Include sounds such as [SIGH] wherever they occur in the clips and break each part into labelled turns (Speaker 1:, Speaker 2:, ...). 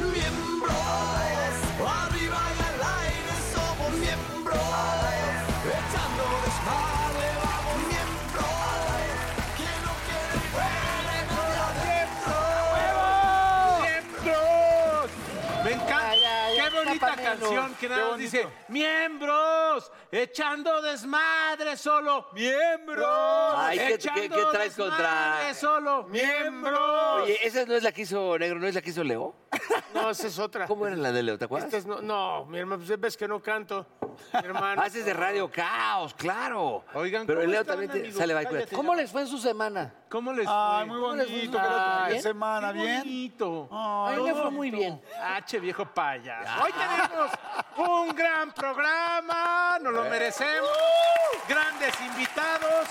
Speaker 1: Miembros, arriba y al aire somos miembros, echando desmadre vamos miembros, que no quiere fuera con la
Speaker 2: ¡Miembros! Me encanta.
Speaker 3: Ay, ay,
Speaker 2: Qué
Speaker 3: ay,
Speaker 2: bonita
Speaker 3: tapan el
Speaker 2: canción
Speaker 3: luz.
Speaker 2: que nada más dice: ¡Miembros! ¡Echando desmadre solo! ¡Miembros!
Speaker 4: Ay, ¿qué-
Speaker 2: ¡Echando
Speaker 4: qué- qué traes contra-
Speaker 2: desmadre solo! ¡Miembros!
Speaker 4: Oye, esa no es la que hizo Negro, no es la que hizo Leo.
Speaker 5: No, esa es otra.
Speaker 4: ¿Cómo era la de Leo? ¿Te acuerdas?
Speaker 5: Esta es no, no, mi hermano, pues ves que no canto. Mi
Speaker 4: [LAUGHS]
Speaker 5: hermano.
Speaker 4: Haces Ah, de Radio Caos, claro.
Speaker 2: Oigan,
Speaker 4: pero
Speaker 2: ¿cómo
Speaker 4: Leo
Speaker 2: están,
Speaker 4: también te
Speaker 2: amigos?
Speaker 4: sale va-
Speaker 2: Cállate.
Speaker 4: ¿Cómo les fue en su semana?
Speaker 2: ¿Cómo les fue?
Speaker 6: Ay, muy
Speaker 2: ¿Cómo les
Speaker 6: bonito,
Speaker 2: fue?
Speaker 6: ¿qué tal tu
Speaker 2: Ay,
Speaker 6: semana?
Speaker 2: qué
Speaker 6: ¿Bien?
Speaker 2: bonito.
Speaker 6: Ay,
Speaker 4: A mí me fue muy bien.
Speaker 2: H, viejo payaso. Hoy tenemos un gran programa, nos lo
Speaker 6: Eh.
Speaker 2: merecemos. Grandes invitados.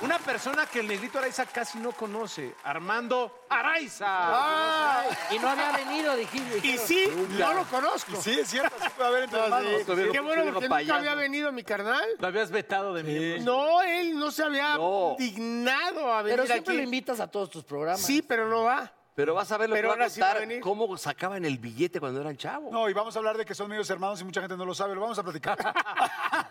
Speaker 2: Una persona que el negrito Araiza casi no conoce, Armando Araiza.
Speaker 6: Ah.
Speaker 4: Y no había venido, dijiste.
Speaker 5: Y sí, no lo conozco.
Speaker 6: Sí, es cierto, se puede haber entre hermanos.
Speaker 5: Qué bueno, porque nunca había venido mi carnal.
Speaker 2: Lo habías vetado de mí.
Speaker 5: No, él no se había
Speaker 4: No.
Speaker 5: dignado a venir
Speaker 4: Pero siempre lo
Speaker 5: aquí.
Speaker 4: invitas a todos tus programas.
Speaker 5: sí, pero no va.
Speaker 4: Pero vas a ver lo que
Speaker 5: Pero
Speaker 4: va a
Speaker 5: ahora sí va a
Speaker 4: contar
Speaker 5: venir.
Speaker 4: cómo sacaban el billete cuando eran chavos.
Speaker 6: No, y vamos a hablar de que son medios hermanos y mucha gente no lo sabe, lo vamos a platicar.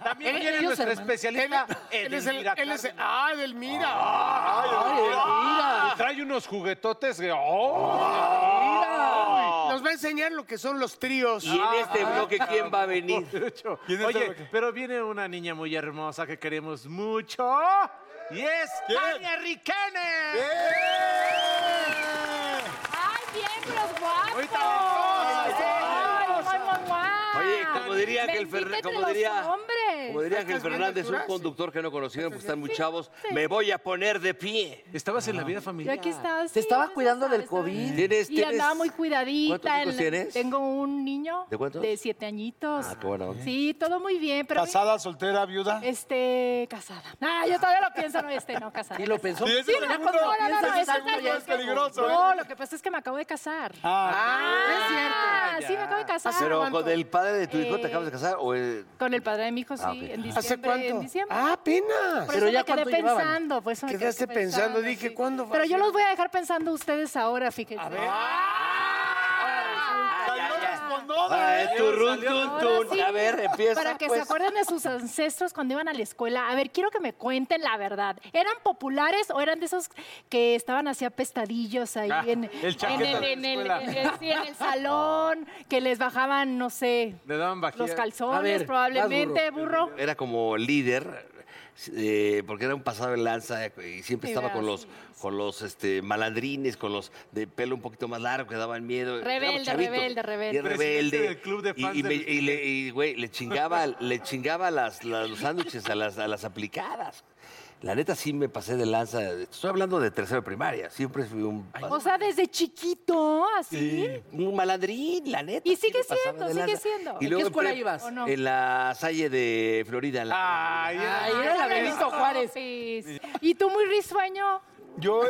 Speaker 2: También
Speaker 4: Ellos,
Speaker 2: viene nuestra
Speaker 4: hermano.
Speaker 2: especialista,
Speaker 5: Él es el.
Speaker 2: Edelmira
Speaker 5: Él es el-
Speaker 2: Cárdenas.
Speaker 5: ah, Delmira. Ah,
Speaker 4: Ay, mira,
Speaker 2: Trae unos juguetotes que... ¡Oh!
Speaker 4: mira.
Speaker 5: Nos va a enseñar lo que son los tríos. Ah.
Speaker 4: Y en este bloque, ¿quién va
Speaker 2: [LAUGHS]
Speaker 4: a venir?
Speaker 6: ¿Quién es
Speaker 2: Ah, Oye,
Speaker 6: el-
Speaker 2: pero viene una niña muy hermosa que queremos mucho. Y es Tania Riquene.
Speaker 6: ¡Eh!
Speaker 7: ¡Ay, miembros guapos!
Speaker 2: Ahorita le comes,
Speaker 7: ¡Ay, guay, guay, guay!
Speaker 4: Oye, como diría aquel
Speaker 7: Bendita
Speaker 4: Fernández,
Speaker 7: entre
Speaker 4: como
Speaker 7: los
Speaker 4: diría,
Speaker 7: hombres.
Speaker 4: como diría aquel
Speaker 5: ¿Estás viendo
Speaker 4: Fernández, un
Speaker 5: Jurassic?
Speaker 4: conductor que no conocieron porque están muy chavos, me voy a poner de pie.
Speaker 2: Estabas en la vida
Speaker 7: Yo
Speaker 2: familiar.
Speaker 7: aquí estaba
Speaker 4: Se estaba
Speaker 7: ya
Speaker 4: cuidando
Speaker 7: sabes,
Speaker 4: del COVID.
Speaker 7: estaba-
Speaker 4: ¿Tienes-
Speaker 7: y
Speaker 4: tienes-
Speaker 7: andaba muy cuidadita.
Speaker 4: ¿Cuántos hijos
Speaker 7: en-
Speaker 4: tienes?
Speaker 7: Tengo un niño.
Speaker 4: ¿De cuántos?
Speaker 7: siete añitos.
Speaker 4: Ah, qué buena onda.
Speaker 7: Sí, todo muy bien, pero...
Speaker 6: Casada, soltera, viuda.
Speaker 7: Este, casada. Ah, yo todavía lo pienso, no, este, no, casada.
Speaker 4: ¿Y lo
Speaker 7: casada.
Speaker 4: pensó?
Speaker 6: Sí, ese
Speaker 7: Sí, no, pues,
Speaker 6: segundo,
Speaker 7: no, no, no,
Speaker 6: ese
Speaker 7: ese
Speaker 6: segundo
Speaker 7: está
Speaker 6: ya es
Speaker 7: bien.
Speaker 6: peligroso.
Speaker 7: No,
Speaker 6: ¿eh?
Speaker 7: lo que pasa es que me acabo de casar.
Speaker 6: Ah,
Speaker 7: es cierto. sí, me acabo de casar.
Speaker 4: Ah, Pero con el padre de tu hijo te
Speaker 7: Eh,
Speaker 4: acabas de casar o el-
Speaker 7: Con el padre de mi hijo, sí,
Speaker 4: Ah, ok.
Speaker 7: en diciembre.
Speaker 5: ¿Hace cuánto?
Speaker 7: En diciembre.
Speaker 5: Ah, apenas.
Speaker 7: Por
Speaker 4: Pero
Speaker 7: eso
Speaker 4: ya
Speaker 7: me quedé
Speaker 4: cuánto llevaban.
Speaker 7: pensando, pues me
Speaker 5: Quedaste
Speaker 7: quedé
Speaker 5: pensando, dije, ¿cuándo va
Speaker 7: Pero
Speaker 5: a
Speaker 7: yo
Speaker 5: ser?
Speaker 7: los voy a dejar pensando a ustedes ahora, fíjense. Ah,
Speaker 6: cayó
Speaker 4: Ah,
Speaker 6: respondona, ¿eh?
Speaker 4: tu run, tun,
Speaker 7: Ahora
Speaker 4: tun.
Speaker 7: sí,
Speaker 4: A ver, empieza.
Speaker 7: Para que
Speaker 4: pues.
Speaker 7: se acuerden de sus ancestros cuando iban a la escuela. A ver, quiero que me cuenten la verdad. ¿Eran populares o eran de esos que estaban así apestadillos ahí
Speaker 2: Ah,
Speaker 7: en,
Speaker 2: el
Speaker 7: en,
Speaker 2: chaqueta de la
Speaker 7: en el,
Speaker 2: escuela.
Speaker 7: en el- sí, en el salón? Que les bajaban, no sé,
Speaker 2: Le daban vajilla.
Speaker 7: los
Speaker 4: A
Speaker 7: calzones
Speaker 4: ver, vas,
Speaker 7: probablemente, burro.
Speaker 4: Era como líder, eh, porque era un pasado en lanza eh, y siempre
Speaker 7: Sí,
Speaker 4: estaba
Speaker 7: era
Speaker 4: con los,
Speaker 7: así,
Speaker 4: con los este, malandrines, con los de pelo un poquito más largo que daban miedo. Éramos
Speaker 7: Rebelde,
Speaker 4: chavitos.
Speaker 7: rebelde, rebelde.
Speaker 4: Y
Speaker 2: Presidente
Speaker 4: rebelde.
Speaker 2: del club de
Speaker 4: Y-
Speaker 2: fans
Speaker 4: y,
Speaker 2: de
Speaker 4: me-
Speaker 2: los-
Speaker 4: y le, y, güey, le chingaba, le chingaba las, las- los sándwiches a las, a las aplicadas. La neta sí me pasé de lanza. Estoy hablando de tercero de primaria. Siempre fui un,
Speaker 7: O sea, desde chiquito, así.
Speaker 4: un malandrín, la neta.
Speaker 7: Y
Speaker 4: sí
Speaker 7: sigue
Speaker 4: me pasaba
Speaker 7: siendo,
Speaker 4: de
Speaker 7: sigue
Speaker 4: lanza.
Speaker 7: siendo.
Speaker 4: Y
Speaker 7: ¿En
Speaker 4: luego
Speaker 7: qué escuela
Speaker 4: pre-
Speaker 7: ibas? ¿O no? Ah,
Speaker 4: En la Salle de Florida. la-
Speaker 2: Ay, ay,
Speaker 7: Ay, era la Benito Juárez. Y tú muy risueño.
Speaker 6: Yo,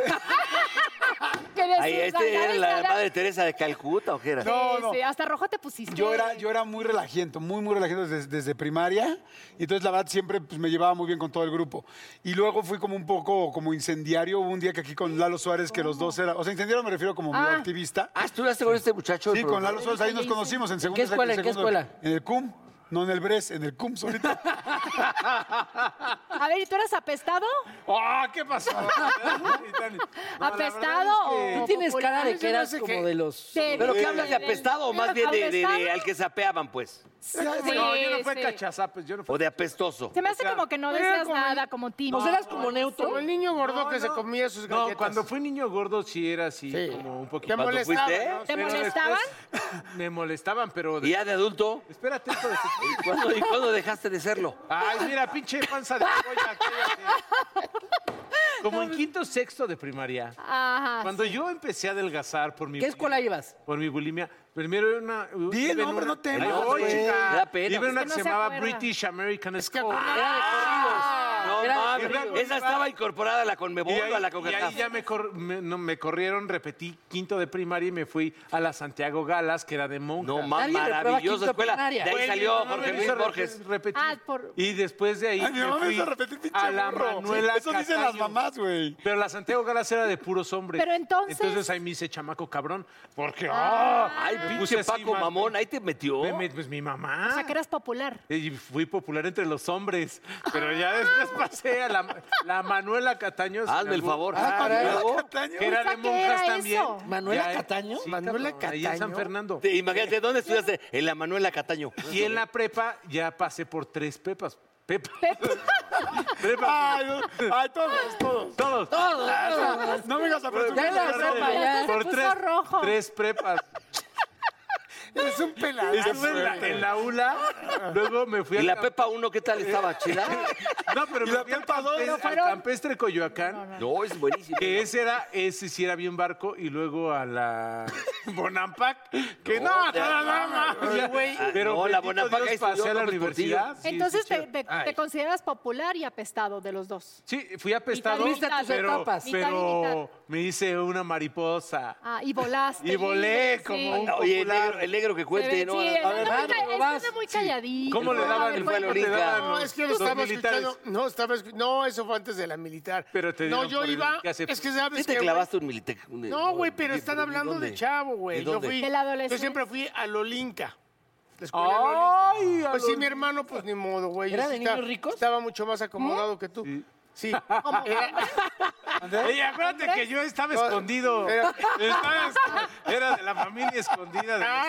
Speaker 7: Que de
Speaker 4: Ay,
Speaker 7: sus
Speaker 4: este era
Speaker 7: galanes
Speaker 4: la
Speaker 7: era-
Speaker 4: madre Teresa de Calcuta o qué era?
Speaker 7: Sí,
Speaker 6: No, no.
Speaker 7: sí, hasta rojo te pusiste.
Speaker 6: [LAUGHS] yo, era, yo era muy relajento, muy, muy relajento desde, desde primaria. Y entonces, la verdad, siempre pues, me llevaba muy bien con todo el grupo. Y luego fui como un poco como incendiario. Hubo un día que aquí con Lalo Suárez, que los dos eran... O sea, incendiario me refiero como medio
Speaker 7: Ah.
Speaker 6: activista.
Speaker 4: Ah, ¿estuviste con este muchacho? el
Speaker 6: Sí, con Lalo
Speaker 4: productor?
Speaker 6: Suárez, ahí nos conocimos en segundo.
Speaker 3: escuela, en qué
Speaker 6: segundo-
Speaker 3: escuela?
Speaker 6: En el CUM. No en el Bres, en el cum solito.
Speaker 7: A ver, ¿y tú eras apestado?
Speaker 2: ¡Ah, qué
Speaker 6: [LAUGHS]
Speaker 2: pasó! Y tan- No, la verdad
Speaker 7: ¿Apestado
Speaker 2: es que-
Speaker 7: o
Speaker 3: Tú tienes cara de que
Speaker 7: popular?
Speaker 3: eras como de los...
Speaker 7: Sí.
Speaker 4: ¿Pero qué hablas de apestado o más bien de, de- de-
Speaker 7: ¿Apestado?
Speaker 4: al que sapeaban, pues?
Speaker 7: Sí,
Speaker 2: No, yo no fui
Speaker 7: sí.
Speaker 2: cachazapes, yo no fui.
Speaker 4: O de apestoso.
Speaker 7: Se me hace como que no decías
Speaker 5: como-
Speaker 7: nada, Pues como timo.
Speaker 3: ¿No serás como neutro?
Speaker 5: Como el niño gordo
Speaker 2: No,
Speaker 5: que se
Speaker 2: no.
Speaker 5: comía sus galletas.
Speaker 2: No, cuando fui niño gordo sí era así,
Speaker 3: Sí.
Speaker 2: como un poquito.
Speaker 5: Te molestaba,
Speaker 4: fuiste?
Speaker 5: ¿no?
Speaker 7: ¿Te
Speaker 2: Pero
Speaker 7: molestaban?
Speaker 2: después [LAUGHS] Me molestaban, pero... de-
Speaker 4: ¿Y ya de adulto?
Speaker 2: Espérate, hijo de tu-
Speaker 4: ¿Y cuándo, y cuándo dejaste de serlo?
Speaker 2: Ay, mira, pinche panza de polla.
Speaker 7: [LAUGHS]
Speaker 2: cállate. Como en
Speaker 7: pues
Speaker 2: quinto sexto de primaria.
Speaker 7: Ah, Ajá.
Speaker 2: Cuando yo empecé a adelgazar por mi...
Speaker 3: ¿Qué escuela ibas?
Speaker 2: Por mi bulimia. Primero era una...
Speaker 6: Di el
Speaker 2: iba en
Speaker 6: nombre,
Speaker 2: una-
Speaker 6: no te
Speaker 2: Ay,
Speaker 6: enojes,
Speaker 2: voy,
Speaker 4: güey.
Speaker 2: chica.
Speaker 4: Me da pena.
Speaker 2: Iba en
Speaker 4: Es
Speaker 2: una
Speaker 7: que
Speaker 2: que se
Speaker 7: no se
Speaker 2: llamaba
Speaker 7: acuerda.
Speaker 2: British American
Speaker 3: Es que
Speaker 2: School.
Speaker 7: Ah,
Speaker 3: era de corridos.
Speaker 4: No
Speaker 3: Era de
Speaker 4: mames,
Speaker 3: corridos.
Speaker 4: esa estaba incorporada a la Conmebol
Speaker 2: Y
Speaker 4: o a la
Speaker 2: ahí, y
Speaker 4: CONCACAF.
Speaker 2: ahí ya me, cor- me- no, me corrieron, repetí quinto de primaria y me fui a la Santiago Galas, que era de monjas.
Speaker 4: No mames,
Speaker 3: Alguien reprueba
Speaker 4: maravillosa
Speaker 3: quinto
Speaker 4: escuela.
Speaker 3: primaria.
Speaker 4: De ahí
Speaker 2: Güey, mi
Speaker 4: salió
Speaker 2: mamá
Speaker 4: Jorge
Speaker 2: me
Speaker 4: Luis
Speaker 2: hizo re-
Speaker 4: Borges.
Speaker 2: repetir.
Speaker 7: Ah, por-
Speaker 2: Y después de ahí
Speaker 6: Ay, mi
Speaker 2: me
Speaker 6: mamá me
Speaker 2: fui
Speaker 6: hizo repetir, pinche
Speaker 2: a la
Speaker 6: burro.
Speaker 2: Manuela
Speaker 6: Eso dicen las
Speaker 2: Castaño.
Speaker 6: mamás, güey.
Speaker 2: Pero la Santiago Galas era de puros hombres.
Speaker 7: Pero entonces-
Speaker 2: Entonces ahí me hice chamaco cabrón. Porque, ¡ah!
Speaker 4: Ay, pinche
Speaker 2: pinche
Speaker 4: Paco
Speaker 2: cima,
Speaker 4: Mamón,
Speaker 2: güey.
Speaker 4: ahí te metió.
Speaker 2: Me- me- pues mi mamá.
Speaker 7: O sea, que eras popular.
Speaker 2: Y fui popular entre los hombres. Pero ya después
Speaker 7: Ah.
Speaker 2: pasé a la, la Manuela Castaño. sin
Speaker 4: Hazme el
Speaker 2: albur.
Speaker 4: favor.
Speaker 3: Ah, caray.
Speaker 4: ¿Y luego?
Speaker 6: Castaño.
Speaker 2: Que era
Speaker 7: O sea,
Speaker 2: de
Speaker 7: ¿qué
Speaker 2: monjas
Speaker 7: era
Speaker 2: también.
Speaker 7: eso?
Speaker 3: ¿Manuela
Speaker 2: Ya,
Speaker 3: Cataño?
Speaker 2: sí,
Speaker 3: ¿Manuela
Speaker 2: cabrón, ahí en San
Speaker 3: Cataño?
Speaker 2: Fernando.
Speaker 4: Te- Imagínate, ¿dónde estudiaste? En la Manuela Cataño.
Speaker 2: Y en la prepa ya pasé por tres pepas. Pepa. [LAUGHS] Prepa.
Speaker 6: Ay, no- ay, todos, todos.
Speaker 2: Todos.
Speaker 3: Todo, todo.
Speaker 6: No me digas a presumir.
Speaker 3: Ya en la prepa, ya.
Speaker 2: Por
Speaker 7: Se puso
Speaker 2: tres,
Speaker 7: rojo.
Speaker 2: tres prepas.
Speaker 6: Es un pelado.
Speaker 2: Estuve en la, en la ULA, luego me fui a
Speaker 4: ¿Y la Pepa 1 qué
Speaker 5: Eh.
Speaker 4: tal
Speaker 5: [LAUGHS]
Speaker 4: estaba? ¿Chida?
Speaker 2: No, pero me fui al campestre, al campestre Coyoacán.
Speaker 4: No, es buenísimo.
Speaker 2: Que ese era, ese sí era bien barco, y luego a la Bonampac, que no,
Speaker 4: te-
Speaker 2: no, no, no, ya, Pero
Speaker 4: No, la
Speaker 2: bendito
Speaker 4: Bonampac
Speaker 2: Dios,
Speaker 4: ahí estudió
Speaker 2: pasé a la
Speaker 4: López
Speaker 2: universidad. sí,
Speaker 7: Entonces
Speaker 2: sí,
Speaker 7: te,
Speaker 2: chido.
Speaker 7: te- te consideras popular y apestado de los dos.
Speaker 2: Sí, fui apestado,
Speaker 7: Mitad y mitad. Viste tus
Speaker 2: pero,
Speaker 3: etapas.
Speaker 7: Mitad y
Speaker 2: pero
Speaker 7: mitad.
Speaker 2: me hice una mariposa.
Speaker 7: Ah, y volaste.
Speaker 2: Y volé
Speaker 7: sí.
Speaker 2: como un-
Speaker 4: Oye, el negro, el negro que
Speaker 7: Se ve-
Speaker 4: cuente, ¿no?
Speaker 7: sí, él
Speaker 4: A ver,
Speaker 7: anda muy
Speaker 3: Bárbara,
Speaker 7: ca- él
Speaker 3: vas.
Speaker 7: anda muy calladillo.
Speaker 2: ¿Cómo le
Speaker 4: fue-
Speaker 2: daban
Speaker 4: el
Speaker 2: el
Speaker 4: fue
Speaker 2: cuerpo? Te
Speaker 4: Lolita.
Speaker 2: daban
Speaker 5: No,
Speaker 2: los,
Speaker 5: es que lo
Speaker 2: los
Speaker 5: estaba
Speaker 2: militares.
Speaker 5: escuchando. No, estaba escu- No, eso fue antes de la militar.
Speaker 2: Pero te
Speaker 5: No,
Speaker 2: dieron
Speaker 5: yo
Speaker 2: por el
Speaker 5: iba.
Speaker 2: que hace-
Speaker 5: Es que sabes
Speaker 4: ¿Sí te
Speaker 5: que, güey,
Speaker 4: clavaste un milite? un-
Speaker 5: No, güey, pero
Speaker 4: ¿y-
Speaker 5: están
Speaker 4: y
Speaker 5: hablando
Speaker 4: dónde?
Speaker 5: de chavo, güey.
Speaker 4: ¿Y
Speaker 5: Yo
Speaker 4: dónde?
Speaker 5: fui.
Speaker 7: ¿De la adolescencia?
Speaker 5: Yo siempre fui a Lolinca. la escuela de Lolinca.
Speaker 2: Ay, a
Speaker 5: Pues sí,
Speaker 2: los-
Speaker 5: mi hermano, pues ni modo, güey.
Speaker 3: ¿Era
Speaker 5: Yo
Speaker 3: de
Speaker 5: sí esta-
Speaker 3: niños ricos?
Speaker 5: Estaba mucho más acomodado que tú. Sí. Era-
Speaker 2: Ey, acuérdate que yo estaba escondido.
Speaker 5: Era-
Speaker 2: Estaba esco- era de la familia escondida de
Speaker 5: Ah.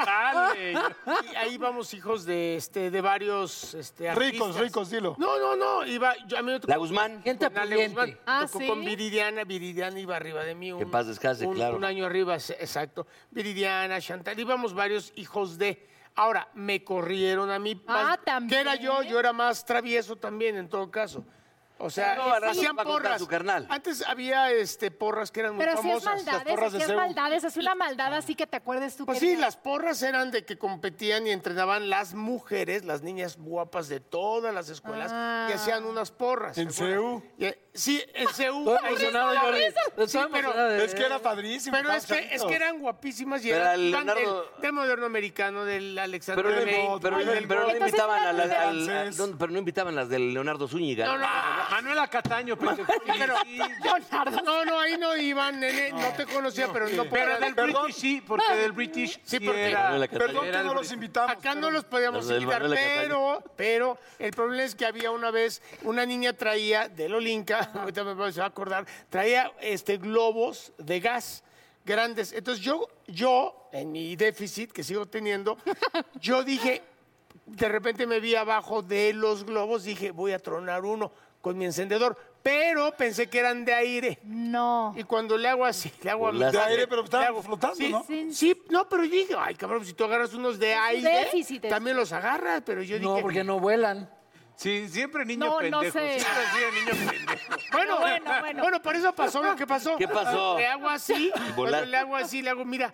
Speaker 2: Stanley.
Speaker 5: Eh, y ahí vamos hijos de este de varios este,
Speaker 6: Ricos,
Speaker 5: artistas.
Speaker 6: ricos, dilo.
Speaker 5: No, no, no, iba yo a mí me tocó
Speaker 4: La Guzmán.
Speaker 3: Gente
Speaker 5: con Ale
Speaker 3: pudiente.
Speaker 5: Guzmán,
Speaker 7: Ah,
Speaker 5: tocó
Speaker 7: ¿sí?
Speaker 5: con Viridiana, Viridiana iba arriba de mí. Un,
Speaker 4: Que en paz descanse,
Speaker 5: un-
Speaker 4: claro.
Speaker 5: Un año arriba, sí, exacto. Viridiana, Chantal, íbamos varios hijos de. Ahora, me corrieron a mí.
Speaker 7: Ah,
Speaker 5: más-
Speaker 7: también.
Speaker 5: ¿Qué era yo? Yo era más travieso también, en todo caso. O sea,
Speaker 4: No, al rato
Speaker 5: hacían
Speaker 4: va a contar
Speaker 5: porras.
Speaker 4: su carnal.
Speaker 5: Antes había este, porras que eran muy
Speaker 7: Pero si es
Speaker 5: famosas.
Speaker 7: maldades, si es maldades, es una maldad así que te acuerdes tú.
Speaker 5: Pues
Speaker 7: que
Speaker 5: sí,
Speaker 7: digas,
Speaker 5: las porras eran de que competían y entrenaban las mujeres, las niñas guapas de todas las escuelas, que hacían unas porras.
Speaker 6: ¿En
Speaker 5: ¿se acuerdan?
Speaker 6: CEU?
Speaker 5: Y, eh, Sí, en CEU.
Speaker 3: Todo
Speaker 5: ahí
Speaker 3: emocionado,
Speaker 5: estaba.
Speaker 3: Jordi. Todo
Speaker 5: Sí,
Speaker 3: emocionado
Speaker 5: pero,
Speaker 3: de-
Speaker 6: Es que era padrísimo.
Speaker 5: pero es, que, es
Speaker 6: Chavitos.
Speaker 5: que eran guapísimas y
Speaker 4: Pero
Speaker 5: eran
Speaker 4: al
Speaker 5: iban del-
Speaker 4: Leonardo-
Speaker 5: del, moderno americano, del Alexander
Speaker 4: Pero no,
Speaker 5: Lane,
Speaker 6: Ley,
Speaker 4: pero,
Speaker 6: Ley
Speaker 4: no-
Speaker 6: del
Speaker 4: pero no
Speaker 6: Gol.
Speaker 4: invitaban a las, al- a-
Speaker 6: Entonces-
Speaker 4: ¿dónde? pero no invitaban las del Leonardo Zúñiga.
Speaker 5: No, no,
Speaker 2: Manuela Cataño, pendejo.
Speaker 5: pero-
Speaker 2: Sí,
Speaker 5: no, no, ahí no iban, nene, no, te conocía, pero no
Speaker 2: Pero del
Speaker 5: perdón,
Speaker 2: British sí, porque del British
Speaker 5: Sí,
Speaker 2: sí,
Speaker 5: porque-
Speaker 2: era.
Speaker 4: Manuela Cataño.
Speaker 6: Perdón
Speaker 2: Era
Speaker 6: que
Speaker 2: el
Speaker 6: no los
Speaker 2: Brit-
Speaker 6: invitamos.
Speaker 5: Acá no
Speaker 6: pero-
Speaker 5: los podíamos
Speaker 4: Los del
Speaker 5: invitar,
Speaker 4: Manuel de Cataño.
Speaker 5: pero, pero el problema es que había una vez una niña traía de Lolinca, [LAUGHS] ahorita me va- se va a acordar, traía este globos de gas grandes. Entonces yo, yo, en mi déficit que sigo teniendo, yo dije, de repente me vi abajo de los globos, dije, voy a tronar uno con mi encendedor, pero pensé que eran de aire.
Speaker 7: No.
Speaker 5: Y cuando le hago así, le hago a mi-
Speaker 4: Volaste.
Speaker 6: De aire,
Speaker 5: le
Speaker 6: pero estaban
Speaker 5: hago-
Speaker 6: flotando,
Speaker 5: sí,
Speaker 6: ¿no?
Speaker 5: Sí, sí, no, pero yo dije, ay, cabrón, si tú agarras unos de
Speaker 7: un
Speaker 5: aire,
Speaker 7: déficit, es-
Speaker 5: también los agarras, pero yo dije...
Speaker 3: No, porque no vuelan.
Speaker 2: Sí, siempre niño
Speaker 7: No, no
Speaker 2: pendejo.
Speaker 7: sé.
Speaker 2: Siempre así de niño pendejo.
Speaker 5: Bueno,
Speaker 7: Bueno,
Speaker 5: bueno, [LAUGHS]
Speaker 7: bueno.
Speaker 5: bueno. por eso pasó lo que pasó.
Speaker 4: ¿Qué pasó?
Speaker 5: Le hago
Speaker 4: [LAUGHS]
Speaker 5: así,
Speaker 4: volaste.
Speaker 5: cuando le hago así, le hago, mira,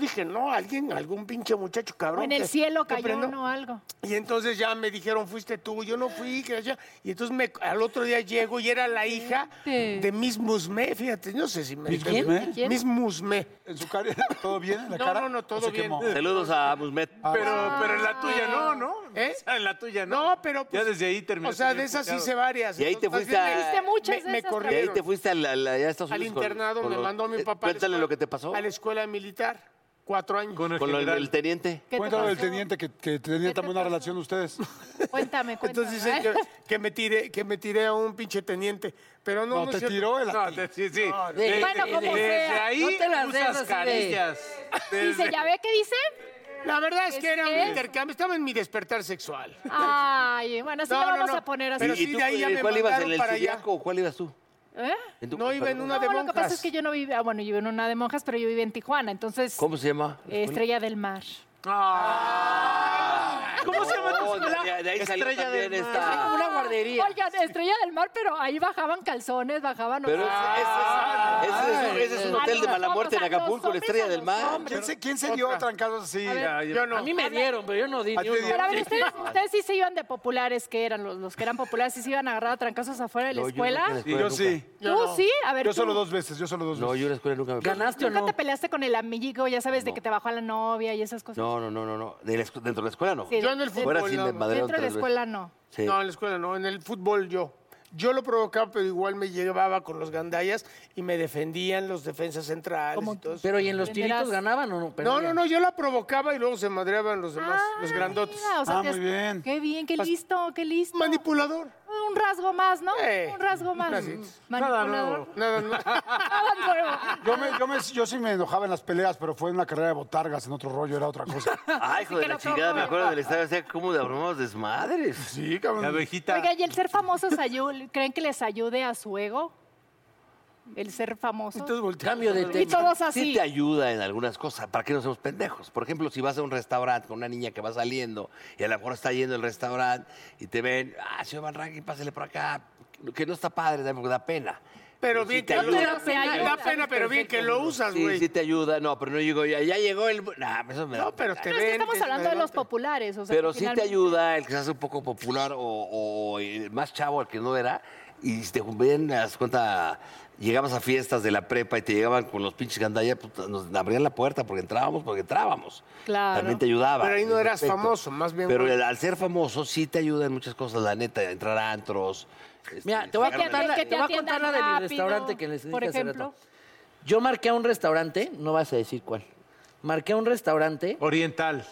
Speaker 5: dije, no, alguien, algún pinche muchacho
Speaker 7: o
Speaker 5: cabrón.
Speaker 7: en el
Speaker 5: que-
Speaker 7: cielo
Speaker 5: que
Speaker 7: cayó
Speaker 5: prendió.
Speaker 7: uno o algo.
Speaker 5: Y entonces ya me dijeron, fuiste tú, yo no fui, que allá. Y entonces me, al otro día llego y era la hija
Speaker 3: Fíjate.
Speaker 5: de Miss Musme, fíjate, no sé si me...
Speaker 6: ¿Miss Musmé?
Speaker 7: ¿Quién?
Speaker 5: Miss Musme.
Speaker 6: ¿En su cara? [LAUGHS] ¿Todo bien en la
Speaker 5: No,
Speaker 6: cara?
Speaker 5: no, no,
Speaker 6: ¿O
Speaker 5: todo
Speaker 6: se
Speaker 5: bien.
Speaker 6: quemó?
Speaker 4: Saludos a Musmet.
Speaker 5: Ah,
Speaker 2: Pero, pero en la tuya no, ¿no?
Speaker 5: ¿Eh?
Speaker 2: O sea, en la tuya no.
Speaker 5: No, pero... pues,
Speaker 2: Ya desde ahí terminó
Speaker 5: O sea,
Speaker 2: siendo
Speaker 5: de esas
Speaker 2: implicado.
Speaker 5: hice varias.
Speaker 4: Y ahí te
Speaker 5: Entonces,
Speaker 4: fuiste
Speaker 5: me-
Speaker 4: a-
Speaker 7: Hiciste muchas
Speaker 5: Me,
Speaker 7: de
Speaker 5: me
Speaker 7: esas
Speaker 4: Y ahí
Speaker 5: corrieron.
Speaker 4: te fuiste a la, la- allá a Estados
Speaker 5: Al
Speaker 4: Unidos con-
Speaker 5: internado
Speaker 4: con
Speaker 5: me
Speaker 4: los-
Speaker 5: mandó mi
Speaker 4: eh,
Speaker 5: papá. a la
Speaker 4: Cuéntale
Speaker 5: escuela-
Speaker 4: lo que te pasó
Speaker 5: A la escuela militar, cuatro años.
Speaker 2: Con el
Speaker 4: con lo
Speaker 2: general.
Speaker 4: del teniente.
Speaker 7: ¿Qué te
Speaker 6: Cuéntalo del
Speaker 7: pasó?
Speaker 6: teniente que, que tenía tan buena relación ustedes.
Speaker 7: Cuéntame, cuéntame. ¿eh?
Speaker 5: Entonces dicen que, que me tiré, que me tiré a un pinche teniente. Pero no,
Speaker 6: No,
Speaker 5: no, es
Speaker 6: te
Speaker 5: cierto.
Speaker 6: tiró el...
Speaker 2: [LAUGHS] No, te- sí, sí.
Speaker 3: de-
Speaker 7: Bueno,
Speaker 3: de-
Speaker 7: como
Speaker 3: de-
Speaker 2: Desde
Speaker 7: sea.
Speaker 2: ahí
Speaker 3: no te las des
Speaker 2: usas
Speaker 3: así
Speaker 2: [LAUGHS]
Speaker 3: de-
Speaker 2: carillas.
Speaker 7: [LAUGHS] Dice,
Speaker 2: Desde-
Speaker 7: ¿ya ve qué dice?
Speaker 5: La verdad es,
Speaker 7: Es
Speaker 5: que era un
Speaker 7: que-
Speaker 5: intercambio. Estaba en mi despertar sexual.
Speaker 7: Ay, bueno, así
Speaker 5: No,
Speaker 7: lo
Speaker 5: no,
Speaker 7: vamos
Speaker 5: no.
Speaker 7: a poner así.
Speaker 5: Pero sí, de ahí ya
Speaker 4: eh,
Speaker 5: me
Speaker 4: ¿Cuál ibas? ¿En
Speaker 5: mandaron
Speaker 4: el
Speaker 5: para allá.
Speaker 4: Zodiaco o cuál ibas tú?
Speaker 7: ¿Eh?
Speaker 4: En tu-
Speaker 5: No iba en
Speaker 4: perdón.
Speaker 5: una de
Speaker 7: No, lo que pasa es
Speaker 5: monjas.
Speaker 7: que yo no vivo, ah, bueno, yo vivo en una de monjas, pero yo viví en Tijuana, entonces
Speaker 4: ¿Cómo se llama?
Speaker 7: eh, Estrella del Mar.
Speaker 2: ¿Cómo se llama tu
Speaker 4: No,
Speaker 2: escuela?
Speaker 4: de, de ahí salió
Speaker 2: Estrella
Speaker 4: también
Speaker 2: del Mar.
Speaker 4: esta.
Speaker 3: Una guardería.
Speaker 7: Oigan, Ah. Estrella del Mar, pero ahí bajaban calzones, bajaban...
Speaker 4: Pero ese,
Speaker 5: Ah,
Speaker 3: Ah.
Speaker 4: ese- ese- ese es, ese es un
Speaker 7: A
Speaker 4: hotel de
Speaker 7: los
Speaker 4: mala muerte en
Speaker 7: hombres, a los
Speaker 4: Acapulco, la
Speaker 7: hombres,
Speaker 4: estrella
Speaker 7: a
Speaker 4: del
Speaker 7: los
Speaker 4: mar.
Speaker 7: hombres.
Speaker 6: ¿Quién se, quién se dio trancazos así?
Speaker 2: Ya, ya.
Speaker 5: Ah, Yo no.
Speaker 3: A mí me dieron, pero yo no di ni
Speaker 6: ¿A ti
Speaker 3: uno.
Speaker 6: te
Speaker 7: Pero a ver, ustedes, ustedes sí se iban de populares que eran, los, los que eran populares, sí se iban a agarrar a trancazos afuera de la
Speaker 4: No, yo
Speaker 7: escuela.
Speaker 4: nunca en la
Speaker 6: Sí, yo
Speaker 4: escuela
Speaker 6: sí.
Speaker 4: nunca.
Speaker 7: Tú sí, a ver.
Speaker 6: Yo
Speaker 7: tú.
Speaker 6: solo dos veces, yo solo dos
Speaker 4: No,
Speaker 6: veces.
Speaker 4: yo en la escuela nunca me
Speaker 3: ¿Ganaste o
Speaker 7: ¿Nunca
Speaker 3: no?
Speaker 7: te peleaste con el amigo, ya sabes, de que te bajó a la novia y esas cosas?
Speaker 4: No, no, no, no. no. De la escu- dentro de la escuela no.
Speaker 7: Sí,
Speaker 5: Yo en el
Speaker 7: dentro-
Speaker 5: fútbol.
Speaker 4: Fuera sí
Speaker 5: nada
Speaker 4: me
Speaker 5: más.
Speaker 7: Dentro de
Speaker 4: madrearon
Speaker 7: la
Speaker 4: tres veces.
Speaker 7: escuela no.
Speaker 4: Sí.
Speaker 5: No, en la escuela no, en el fútbol yo. Yo lo provocaba, pero igual me llevaba con los gandallas y me defendían los defensas centrales y todo eso.
Speaker 3: Pero ¿y en los tiritos
Speaker 7: Enteras.
Speaker 3: ganaban o no?
Speaker 5: No,
Speaker 3: Perdían.
Speaker 5: no, no, yo la provocaba y luego se madreaban los demás, los
Speaker 7: Ah,
Speaker 5: grandotes.
Speaker 7: mira, o sea,
Speaker 6: Ah,
Speaker 7: te-
Speaker 6: muy bien.
Speaker 7: Qué bien, qué listo, qué listo.
Speaker 5: Manipulador.
Speaker 7: Un rasgo más, ¿no?
Speaker 5: Eh,
Speaker 7: un rasgo más. Mm,
Speaker 5: casi.
Speaker 7: Manipulador.
Speaker 5: Nada, no.
Speaker 7: [LAUGHS] Nada nuevo.
Speaker 6: Yo, me- yo me- yo sí me enojaba en las peleas, pero fue en la carrera de botargas, en otro rollo, era
Speaker 2: [LAUGHS]
Speaker 6: otra cosa.
Speaker 4: Ay, hijo
Speaker 7: que
Speaker 4: de la
Speaker 7: lo
Speaker 4: chingada, me
Speaker 7: como.
Speaker 4: acuerdo del estado. O sea, cómo de armamos desmadres.
Speaker 6: Sí,
Speaker 2: La
Speaker 6: cabrón.
Speaker 2: abejita.
Speaker 7: Oiga, ¿y el ser famosos ayu- creen que les ayude a su ego? El ser famoso.
Speaker 3: Cambio de
Speaker 7: Y
Speaker 3: tema.
Speaker 7: todos
Speaker 4: Sí
Speaker 7: así.
Speaker 4: te ayuda en algunas cosas. ¿Para qué no somos pendejos? Por ejemplo, si vas a un restaurante con una niña que va saliendo y a lo mejor está yendo al restaurante y te ven, ah, señor Van Ranking, pásale por acá. Que no está padre, da- da pena.
Speaker 5: Pero
Speaker 4: Sí
Speaker 5: bien
Speaker 4: te
Speaker 5: que lo
Speaker 4: ayuda.
Speaker 5: da pena, da pena, pero bien que lo usas,
Speaker 4: Sí,
Speaker 5: güey.
Speaker 4: sí te ayuda. No, pero no llegó. Ya, ya llegó el... Nah, eso me da
Speaker 5: No, pero
Speaker 4: pena.
Speaker 5: te
Speaker 7: Ah, No, es que
Speaker 5: ven.
Speaker 7: estamos
Speaker 5: te-
Speaker 7: hablando de los
Speaker 5: te-
Speaker 7: populares. O sea,
Speaker 4: Pero
Speaker 7: que
Speaker 4: sí te
Speaker 7: finalmente-
Speaker 4: ayuda el que se hace un poco popular o, o el más chavo, al que no era. Y si te ven, haz cuenta, llegabas a fiestas de la prepa y te llegaban con los pinches gandallas, puta, nos abrían la puerta porque entrábamos, porque entrábamos.
Speaker 7: Claro.
Speaker 4: También te ayudaba.
Speaker 5: Pero ahí no
Speaker 4: en ese
Speaker 5: eras famoso, más bien,
Speaker 4: Pero
Speaker 5: güey.
Speaker 4: el- al ser famoso sí te ayuda en muchas cosas, la neta, entrar a antros. este,
Speaker 3: Mira, te voy a
Speaker 4: sacar
Speaker 3: contar
Speaker 4: de-
Speaker 3: la,
Speaker 7: que te
Speaker 3: te voy a
Speaker 7: atiendan
Speaker 3: contar la del
Speaker 7: rápido,
Speaker 3: restaurante que les dije
Speaker 7: por
Speaker 3: hace
Speaker 7: ejemplo.
Speaker 3: rato. Yo marqué a un restaurante, no vas a decir cuál. Marqué a un restaurante
Speaker 2: Oriental.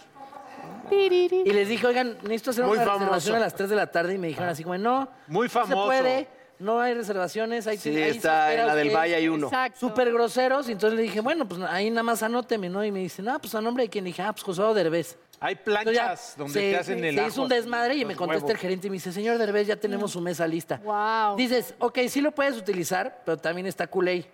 Speaker 7: Tiriri.
Speaker 3: y les dije, oigan, necesito hacer
Speaker 5: Muy
Speaker 3: una
Speaker 5: famoso.
Speaker 3: reservación a las 3 de la tarde y me dijeron así como, no,
Speaker 2: Muy
Speaker 3: no
Speaker 2: famoso.
Speaker 3: se puede, no hay reservaciones, hay
Speaker 4: Sí, está en la del Valle hay uno.
Speaker 7: Exacto.
Speaker 3: Súper groseros, y entonces le dije, bueno, pues ahí nada más anóteme, ¿no? Y me dicen, ah, pues a nombre de quien dije, ah, pues José Derbez.
Speaker 2: Hay
Speaker 3: Entonces ya
Speaker 2: planchas donde
Speaker 3: se-
Speaker 2: te hacen el
Speaker 3: Se
Speaker 2: ajo
Speaker 3: hizo un
Speaker 2: así,
Speaker 3: desmadre y
Speaker 2: los
Speaker 3: me contesta el
Speaker 2: huevos.
Speaker 3: gerente y me dice, señor Derbez, ya tenemos su mesa lista.
Speaker 7: Guau.
Speaker 3: Dices, ok, sí lo puedes utilizar, pero también está culé.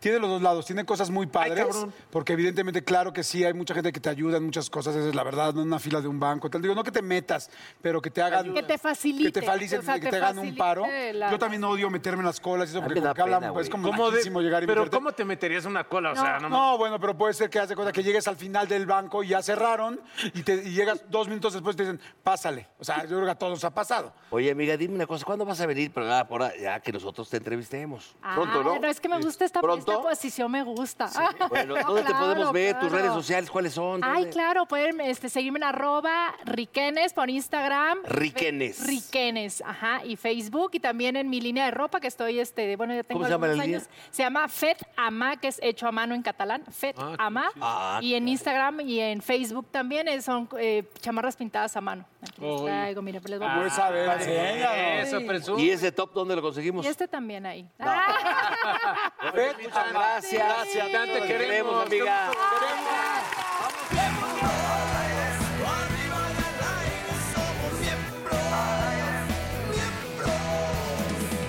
Speaker 6: Tiene los dos lados, tiene cosas muy padres,
Speaker 2: cabrón.
Speaker 6: porque evidentemente, claro que sí, hay mucha gente que te ayuda en muchas cosas, esa es la verdad, no en una fila de un banco, tal. Digo, no que te metas, pero que te hagan...
Speaker 7: Que te facilite,
Speaker 6: Que te, facilite,
Speaker 7: o sea,
Speaker 6: que
Speaker 7: te
Speaker 6: te hagan un
Speaker 7: facilite
Speaker 6: paro.
Speaker 7: la-
Speaker 6: Yo también odio meterme en las colas, y eso,
Speaker 4: A mí
Speaker 6: porque
Speaker 4: me da
Speaker 6: como que hablan,
Speaker 4: pena, güey.
Speaker 6: es como
Speaker 2: ¿Cómo de-
Speaker 6: naquísimo llegar y
Speaker 2: Pero
Speaker 6: meterte.
Speaker 2: ¿cómo te meterías una cola? O sea, no, mames.
Speaker 6: No, bueno, pero puede ser que hace cuenta que llegues al final del banco y ya cerraron y, te, y llegas dos minutos después y te dicen, pásale. O sea, yo creo que a todos ha pasado.
Speaker 4: Oye, amiga, dime una cosa, ¿cuándo vas a venir? Pero ah, ahora ya que nosotros te
Speaker 7: [LAUGHS]
Speaker 4: entrevistemos.
Speaker 7: Ah,
Speaker 4: Pronto, ¿no?
Speaker 7: Es que me gusta esta,
Speaker 4: ¿Pronto?
Speaker 7: esta posición, me gusta.
Speaker 4: Bueno,
Speaker 7: Ah,
Speaker 4: ¿dónde te
Speaker 7: claro,
Speaker 4: podemos ver? ¿Tus
Speaker 7: claro.
Speaker 4: redes sociales cuáles
Speaker 7: [LAUGHS]
Speaker 4: son?
Speaker 7: Ay,
Speaker 4: ¿Dónde?
Speaker 7: claro, pueden este, seguirme en arroba riquenes por Instagram.
Speaker 4: Riquenes.
Speaker 7: Fe- Riquenes, ajá, y Facebook y también en mi línea de ropa que estoy, este, bueno, ya tengo
Speaker 4: ¿Cómo se llama la
Speaker 7: algunos
Speaker 4: línea?
Speaker 7: años. Se llama Fet Ama, que es hecho a mano en catalán, Fet Ama.
Speaker 4: Ah,
Speaker 7: y en Instagram y en Facebook también eh, son eh, chamarras pintadas a mano. Aquí les traigo, mira, les
Speaker 2: Ah,
Speaker 5: Ah.
Speaker 7: voy a
Speaker 6: Pues a ver, enséñalo.
Speaker 2: Eso, presumo.
Speaker 4: ¿Y ese top dónde lo
Speaker 8: Pues,
Speaker 4: conseguimos?
Speaker 7: Y este también ahí. Ah.
Speaker 4: Perfecto, muchas gracias.
Speaker 2: Gracias, Dan, te
Speaker 4: Nos
Speaker 2: queremos,
Speaker 4: queremos, amiga.
Speaker 1: Arriba y al aire somos miembros, miembros,